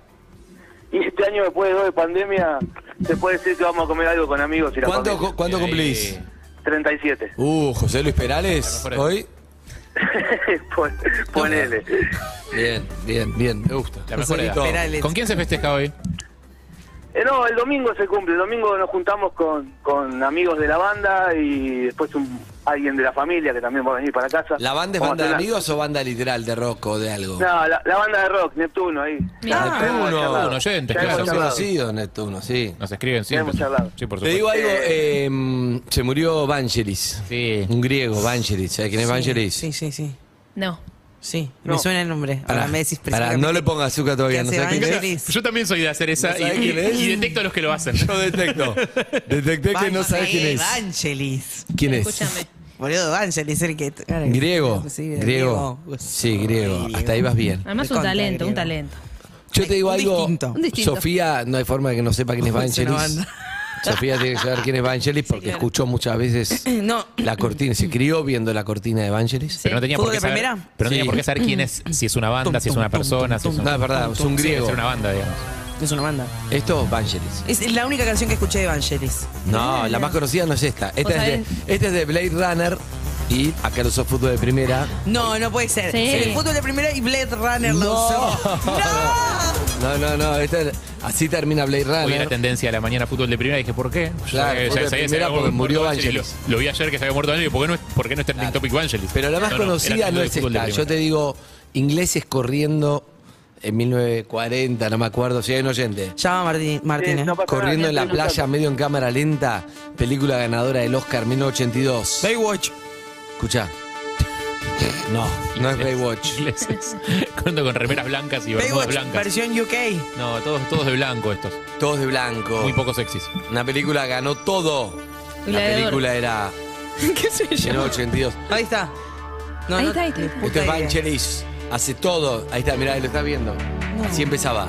[SPEAKER 8] Y este año, después de dos de pandemia, se puede decir que vamos a comer algo con amigos y la
[SPEAKER 1] ¿Cuánto,
[SPEAKER 8] familia.
[SPEAKER 1] cu- cuánto
[SPEAKER 4] Eh,
[SPEAKER 1] cumplís?
[SPEAKER 8] 37.
[SPEAKER 1] Uh, José Luis Perales,
[SPEAKER 4] Mejor es.
[SPEAKER 1] hoy.
[SPEAKER 8] <laughs> Pon- Ponele.
[SPEAKER 1] Bien, bien, bien, me gusta.
[SPEAKER 4] La mejor edad.
[SPEAKER 3] Perales.
[SPEAKER 4] ¿Con quién se festeja hoy?
[SPEAKER 8] Eh, no, el domingo se cumple. El domingo nos juntamos con, con amigos de la banda y después un, alguien de la familia que también va a venir para casa.
[SPEAKER 1] ¿La banda es
[SPEAKER 8] Vamos a
[SPEAKER 1] banda de
[SPEAKER 8] cenar.
[SPEAKER 1] amigos o banda literal de rock o de algo?
[SPEAKER 8] No, la, la banda de rock, Neptuno ahí.
[SPEAKER 2] Mirá.
[SPEAKER 3] Ah,
[SPEAKER 8] Ya hemos
[SPEAKER 1] Neptuno,
[SPEAKER 8] charlado.
[SPEAKER 4] un oyente,
[SPEAKER 8] Ya
[SPEAKER 4] claro.
[SPEAKER 8] hemos
[SPEAKER 1] Son
[SPEAKER 8] charlado.
[SPEAKER 1] conocidos, Neptuno, sí.
[SPEAKER 4] Nos escriben siempre.
[SPEAKER 8] Hemos charlado.
[SPEAKER 4] Sí, por
[SPEAKER 1] Te
[SPEAKER 4] supuesto.
[SPEAKER 1] digo algo, eh, se murió Vangelis.
[SPEAKER 4] Sí.
[SPEAKER 1] Un griego, Vangelis. ¿Sabes quién es Vangelis?
[SPEAKER 3] Sí, sí, sí.
[SPEAKER 2] No.
[SPEAKER 3] Sí, me
[SPEAKER 8] No.
[SPEAKER 3] suena el nombre. Ahora
[SPEAKER 1] Pará,
[SPEAKER 3] me decís
[SPEAKER 1] pará, no le ponga azúcar todavía,
[SPEAKER 3] ¿Qué
[SPEAKER 1] no
[SPEAKER 3] hace
[SPEAKER 1] sé quién es.
[SPEAKER 3] Vangelis?
[SPEAKER 4] Yo también soy de hacer esa
[SPEAKER 1] ¿No
[SPEAKER 4] y,
[SPEAKER 1] sabés quién
[SPEAKER 4] y-
[SPEAKER 1] es?
[SPEAKER 4] y detecto a los que lo hacen.
[SPEAKER 1] Yo detecto. <laughs>
[SPEAKER 4] <laughs>
[SPEAKER 1] Detecté que no sabes quién es.
[SPEAKER 3] Evangelis.
[SPEAKER 1] ¿Quién es?
[SPEAKER 2] Escúchame.
[SPEAKER 3] Boludo, Evangelis, el que.
[SPEAKER 1] Griego.
[SPEAKER 3] Sí,
[SPEAKER 1] Griego. Sí, griego. Hasta ahí vas bien.
[SPEAKER 2] Además,
[SPEAKER 3] Recontra
[SPEAKER 2] un talento,
[SPEAKER 3] griego.
[SPEAKER 2] un talento.
[SPEAKER 1] Yo te digo
[SPEAKER 3] Un
[SPEAKER 1] algo.
[SPEAKER 3] distinto.
[SPEAKER 2] Un distinto.
[SPEAKER 1] Sofía, no hay forma de que no sepa quién es
[SPEAKER 3] Es <laughs> una
[SPEAKER 1] Vangelis.
[SPEAKER 3] banda.
[SPEAKER 1] Sofía tiene que saber quién es Vangelis porque
[SPEAKER 2] claro.
[SPEAKER 1] escuchó muchas veces
[SPEAKER 3] No.
[SPEAKER 1] la cortina. Se crió viendo la cortina de Vangelis.
[SPEAKER 4] Pero no tenía por
[SPEAKER 3] ¿Fútbol
[SPEAKER 4] qué
[SPEAKER 3] de
[SPEAKER 4] saber, pero
[SPEAKER 3] primera?
[SPEAKER 4] no tenía
[SPEAKER 1] Sí.
[SPEAKER 4] por qué saber quién es, si es una banda,
[SPEAKER 3] Tum,
[SPEAKER 4] si es
[SPEAKER 3] tum,
[SPEAKER 4] una
[SPEAKER 3] tum,
[SPEAKER 4] persona, si
[SPEAKER 3] tum,
[SPEAKER 4] es
[SPEAKER 3] tum.
[SPEAKER 1] No,
[SPEAKER 4] una...
[SPEAKER 1] es verdad, es un
[SPEAKER 4] Sí, debe
[SPEAKER 1] griego.
[SPEAKER 4] ser una banda, digamos.
[SPEAKER 3] Es una banda.
[SPEAKER 1] Esto, Vangelis.
[SPEAKER 3] Es la única canción que escuché de Evangelis.
[SPEAKER 1] No, la más conocida no es esta.
[SPEAKER 2] ¿Vos
[SPEAKER 1] Esta es, de, esta es de Blade Runner y acá lo usó fútbol de primera.
[SPEAKER 3] No, no puede ser.
[SPEAKER 2] Sí.
[SPEAKER 3] El fútbol de primera y Blade Runner la
[SPEAKER 1] No.
[SPEAKER 3] usó. ¡No!
[SPEAKER 1] <laughs> No, no, no. esta es- así termina Blade
[SPEAKER 4] Hoy era
[SPEAKER 1] Runner.
[SPEAKER 4] tendencia de la mañana fútbol de primera y dije, ¿por qué?
[SPEAKER 1] Claro,
[SPEAKER 4] Ya-
[SPEAKER 1] fútbol de
[SPEAKER 4] ya- ya- ya- ya-
[SPEAKER 1] primera
[SPEAKER 4] ya-
[SPEAKER 1] porque
[SPEAKER 4] ya-
[SPEAKER 1] murió
[SPEAKER 4] ya- ya-
[SPEAKER 1] Vangelis.
[SPEAKER 4] Lo, lo vi ayer que se había muerto Vangelis, ¿por qué no es, por qué no es trending topic Vangelis?
[SPEAKER 1] Pero la más
[SPEAKER 4] No, no,
[SPEAKER 1] conocida
[SPEAKER 4] era
[SPEAKER 1] no
[SPEAKER 4] fútbol
[SPEAKER 1] es
[SPEAKER 4] de
[SPEAKER 1] esta.
[SPEAKER 4] primera.
[SPEAKER 1] Yo te digo, ingleses corriendo en 1940, no me acuerdo, si hay un oyente.
[SPEAKER 3] Llama a Martín, Martín,
[SPEAKER 8] Sí,
[SPEAKER 3] ¿eh?
[SPEAKER 8] no pasa
[SPEAKER 1] Corriendo
[SPEAKER 8] nada.
[SPEAKER 1] en la playa, medio en cámara lenta, película ganadora del Oscar 1982.
[SPEAKER 3] Baywatch.
[SPEAKER 4] <laughs>
[SPEAKER 1] Escuchá. No, no es Baywatch.
[SPEAKER 4] Ingleses. Corriendo con remeras blancas y bermudas
[SPEAKER 3] Baywatch
[SPEAKER 4] blancas.
[SPEAKER 3] versión UK.
[SPEAKER 4] No, todos, todos de blanco estos.
[SPEAKER 1] Todos de blanco.
[SPEAKER 4] Muy poco sexys.
[SPEAKER 1] Una película ganó todo. La
[SPEAKER 2] Gladiador.
[SPEAKER 1] película era
[SPEAKER 2] <laughs> ¿Qué sé yo?
[SPEAKER 1] 1982.
[SPEAKER 3] Ahí está. No,
[SPEAKER 2] Ahí
[SPEAKER 3] no-
[SPEAKER 2] está, ahí está.
[SPEAKER 3] ni puta
[SPEAKER 1] Esto es
[SPEAKER 3] idea.
[SPEAKER 1] Vangelis. Hace todo. Ahí está, mirá, lo estás viendo. Así empezaba.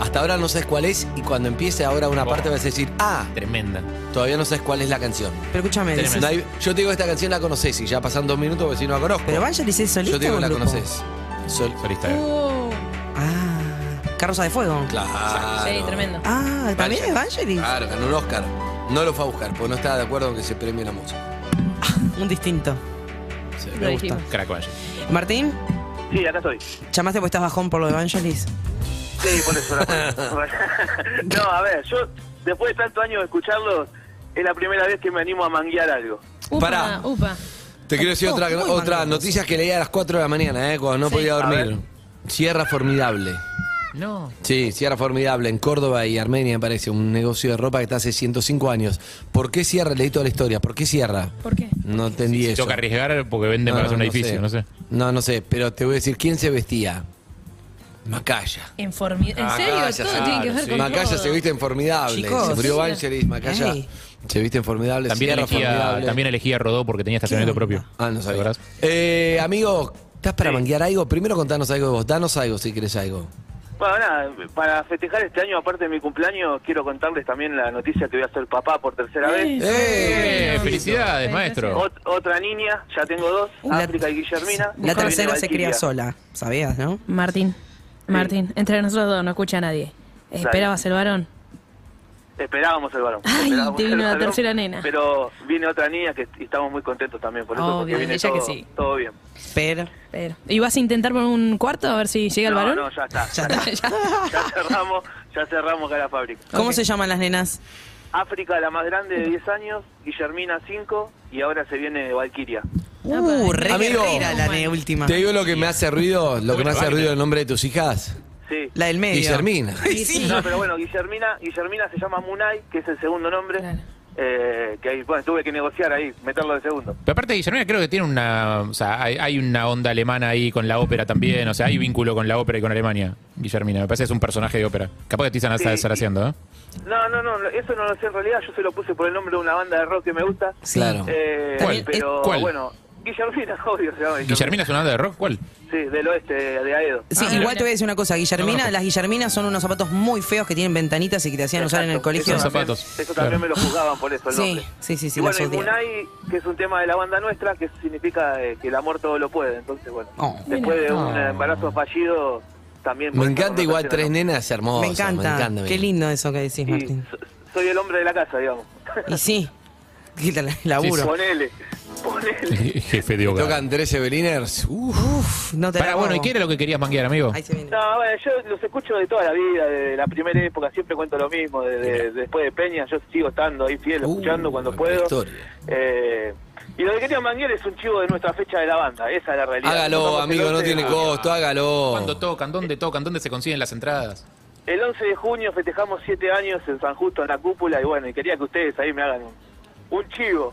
[SPEAKER 1] Hasta ahora no sabes cuál es y cuando empiece ahora una parte vas a decir, ah,
[SPEAKER 4] Tremenda.
[SPEAKER 1] todavía no sabes cuál es la canción.
[SPEAKER 3] Pero escúchame.
[SPEAKER 4] Tremendo.
[SPEAKER 3] decís-
[SPEAKER 1] No hay- yo te digo, esta canción la conoces y ya pasan dos minutos porque si no la conozco.
[SPEAKER 3] Pero Evangelis es solista.
[SPEAKER 1] yo te digo,
[SPEAKER 3] o
[SPEAKER 1] la
[SPEAKER 3] grupo? eh.
[SPEAKER 1] conoces. Sol-
[SPEAKER 4] Solista.
[SPEAKER 2] Oh,
[SPEAKER 3] Ah, Carroza de Fuego.
[SPEAKER 1] claro. Ah.
[SPEAKER 2] sí, tremendo.
[SPEAKER 3] Ah, también es Evangelis.
[SPEAKER 1] Claro, ganó un Oscar. No lo fue a buscar porque no estaba de acuerdo con que se premie la música.
[SPEAKER 3] Un distinto.
[SPEAKER 2] Lo dijimos.
[SPEAKER 4] Crack Valle.
[SPEAKER 3] Martín,
[SPEAKER 8] Sí, acá estoy.
[SPEAKER 3] ¿llamaste porque estás bajón por lo de Evangelis?
[SPEAKER 8] Sí, por eso la
[SPEAKER 1] <laughs>
[SPEAKER 8] No, a ver, yo después de tantos años de escucharlos, es la primera vez que me animo a manguear algo.
[SPEAKER 2] Upa,
[SPEAKER 1] Pará.
[SPEAKER 2] upa.
[SPEAKER 1] Te quiero decir
[SPEAKER 3] Oh,
[SPEAKER 1] otra,
[SPEAKER 3] muy
[SPEAKER 1] otra
[SPEAKER 3] malandros.
[SPEAKER 1] noticias que leía a las 4 de la mañana, eh, cuando no
[SPEAKER 2] Sí.
[SPEAKER 1] podía
[SPEAKER 8] A
[SPEAKER 1] dormir. Sierra Formidable.
[SPEAKER 4] No.
[SPEAKER 1] Sí, Sierra Formidable, en Córdoba y Armenia me parece, un negocio de ropa que está hace 105 años. ¿Por qué cierra? Leí toda la historia, ¿por qué cierra?
[SPEAKER 2] ¿Por qué?
[SPEAKER 1] No entendí
[SPEAKER 4] Si
[SPEAKER 1] eso.
[SPEAKER 4] toca arriesgar porque venden para hacer un edificio, no sé.
[SPEAKER 1] No, no sé, pero te voy a decir, ¿quién se vestía? Macaya.
[SPEAKER 2] En, formi- ¿En serio,
[SPEAKER 1] Macaya,
[SPEAKER 2] todo
[SPEAKER 1] claro,
[SPEAKER 2] tiene que ver
[SPEAKER 1] sí.
[SPEAKER 2] con
[SPEAKER 1] Macaya
[SPEAKER 2] todo.
[SPEAKER 1] se viste en formidable.
[SPEAKER 3] Chicos.
[SPEAKER 1] se murió Vangelis, Macaya
[SPEAKER 3] Ey.
[SPEAKER 1] se viste en formidable.
[SPEAKER 4] También
[SPEAKER 1] Sierra
[SPEAKER 4] elegía,
[SPEAKER 1] formidable.
[SPEAKER 4] también elegía Rodó porque tenía estacionamiento propio.
[SPEAKER 1] Ah, no
[SPEAKER 4] ¿Te
[SPEAKER 1] sabía.
[SPEAKER 4] acordás?
[SPEAKER 1] Eh, amigo, ¿estás para manguear algo? Primero contanos algo de vos. Danos algo si querés algo.
[SPEAKER 8] Bueno, nada, para festejar este año, aparte de mi cumpleaños, quiero contarles también la noticia que voy a ser papá por tercera vez.
[SPEAKER 4] ¡Eh! ¡Felicidades, maestro!
[SPEAKER 8] Ot- otra niña, ya tengo dos,
[SPEAKER 3] La-
[SPEAKER 8] Ah, África y Guillermina.
[SPEAKER 3] La
[SPEAKER 8] Se
[SPEAKER 3] tercera
[SPEAKER 8] viene
[SPEAKER 3] se cría
[SPEAKER 8] Valkyria.
[SPEAKER 3] sola, ¿sabías, no?
[SPEAKER 2] Martín, Martín, entre nosotros dos no escucha a nadie. Esperabas el varón.
[SPEAKER 8] Esperábamos el varón.
[SPEAKER 2] Ay,
[SPEAKER 8] esperábamos
[SPEAKER 2] te vino
[SPEAKER 8] el
[SPEAKER 2] la
[SPEAKER 8] varón,
[SPEAKER 2] tercera nena.
[SPEAKER 8] Pero viene otra niña que y estamos muy contentos también por eso. porque
[SPEAKER 2] Obvio,
[SPEAKER 8] viene
[SPEAKER 2] ella que
[SPEAKER 8] todo-
[SPEAKER 2] sí.
[SPEAKER 8] Todo bien.
[SPEAKER 3] Pero.
[SPEAKER 2] Pero, ¿Y vas a intentar por un cuarto a ver si llega el
[SPEAKER 8] no,
[SPEAKER 2] varón?
[SPEAKER 8] no, ya está.
[SPEAKER 3] Ya
[SPEAKER 8] Ya, <laughs>
[SPEAKER 3] está.
[SPEAKER 8] ya cerramos, ya cerramos acá la fábrica.
[SPEAKER 3] ¿Cómo se llaman las nenas?
[SPEAKER 8] África, la más grande de 10 años, Guillermina 5 y ahora se viene Valkyria.
[SPEAKER 3] Uh, re
[SPEAKER 1] Amigo.
[SPEAKER 3] guerrera la ne- última.
[SPEAKER 1] Te digo lo que me hace ruido, lo que me hace ruido el nombre de tus hijas.
[SPEAKER 8] Sí.
[SPEAKER 3] La del medio.
[SPEAKER 1] Guillermina.
[SPEAKER 3] Ay, sí.
[SPEAKER 8] No, pero bueno, Guillermina, Guillermina se llama Munay, que es el segundo nombre.
[SPEAKER 2] Claro.
[SPEAKER 8] eh, que ahí, bueno, tuve que negociar ahí, meterlo de segundo.
[SPEAKER 4] Pero aparte Guillermina creo que tiene una... O sea, hay, hay una onda alemana ahí con la ópera también. O sea, hay vínculo con la ópera y con Alemania, Guillermina. Me parece que es un personaje de ópera. Capaz que te a
[SPEAKER 8] Sí.
[SPEAKER 4] estar haciendo, ¿eh?
[SPEAKER 8] No, no, no, eso no lo sé en realidad. Yo se lo puse por el nombre de una banda de rock que me gusta.
[SPEAKER 1] Claro.
[SPEAKER 8] Eh,
[SPEAKER 4] ¿Cuál?
[SPEAKER 8] Pero
[SPEAKER 4] ¿Cuál?
[SPEAKER 8] bueno, Guillermina, <laughs> obvio, se llama
[SPEAKER 4] ¿Guillermina es una onda de rock? ¿Cuál?
[SPEAKER 8] Sí, del oeste, de, de Aedo.
[SPEAKER 3] Sí,
[SPEAKER 2] Ah,
[SPEAKER 3] igual
[SPEAKER 2] mira.
[SPEAKER 3] te voy a decir una cosa, Guillermina,
[SPEAKER 4] No, no.
[SPEAKER 3] las Guillerminas son unos zapatos muy feos que tienen ventanitas y que te hacían usar en el
[SPEAKER 8] Exacto.
[SPEAKER 3] colegio.
[SPEAKER 4] Son
[SPEAKER 8] Eso
[SPEAKER 4] zapatos.
[SPEAKER 8] también- Eso también
[SPEAKER 4] Claro.
[SPEAKER 8] me lo juzgaban por eso el
[SPEAKER 3] Sí,
[SPEAKER 8] nombre.
[SPEAKER 3] sí, sí, sí,
[SPEAKER 8] Y
[SPEAKER 3] las
[SPEAKER 8] bueno, y
[SPEAKER 3] odiaba.
[SPEAKER 8] Munay, que es un tema de la banda nuestra, que significa eh, que el amor todo lo puede. Entonces, bueno,
[SPEAKER 3] Oh.
[SPEAKER 8] después de un
[SPEAKER 4] Oh.
[SPEAKER 8] embarazo fallido, también...
[SPEAKER 1] Me
[SPEAKER 8] por esta
[SPEAKER 1] encanta igual tres
[SPEAKER 8] connotación, ¿no?
[SPEAKER 1] nenas hermosas.
[SPEAKER 3] me, encanta.
[SPEAKER 1] me
[SPEAKER 3] Qué lindo eso que decís,
[SPEAKER 8] Y
[SPEAKER 3] Martín.
[SPEAKER 8] so- soy el hombre de la casa, digamos.
[SPEAKER 3] Y sí, quita el laburo.
[SPEAKER 8] <laughs> Ponele,
[SPEAKER 4] <laughs>
[SPEAKER 8] ponele.
[SPEAKER 4] Jefe de hogar.
[SPEAKER 1] Tocan tres Eveliners. Uf.
[SPEAKER 3] Uf, no te
[SPEAKER 4] Para,
[SPEAKER 3] la
[SPEAKER 4] bueno, ¿y
[SPEAKER 3] hago.
[SPEAKER 4] qué era lo que querías manguear, amigo?
[SPEAKER 3] Ahí se viene.
[SPEAKER 8] No, bueno, yo los escucho de toda la vida, de la primera época, siempre cuento lo mismo, de- de- después de Peña, yo sigo estando ahí fiel,
[SPEAKER 1] Uh,
[SPEAKER 8] escuchando cuando
[SPEAKER 1] qué
[SPEAKER 8] puedo.
[SPEAKER 1] historia.
[SPEAKER 8] Eh, y lo que quería Manguel es un chivo de nuestra fecha de la banda, esa es la realidad.
[SPEAKER 1] Hágalo,
[SPEAKER 8] Tocamos el
[SPEAKER 1] amigo, no
[SPEAKER 8] 11
[SPEAKER 1] tiene
[SPEAKER 8] de-
[SPEAKER 1] costo,
[SPEAKER 4] ¿Cuándo
[SPEAKER 1] hágalo.
[SPEAKER 4] tocan? ¿Dónde tocan? ¿Dónde se consiguen las entradas?
[SPEAKER 8] El 11 de junio festejamos 7 años en San Justo, en la cúpula, y bueno, y quería que ustedes ahí me hagan un, un chivo.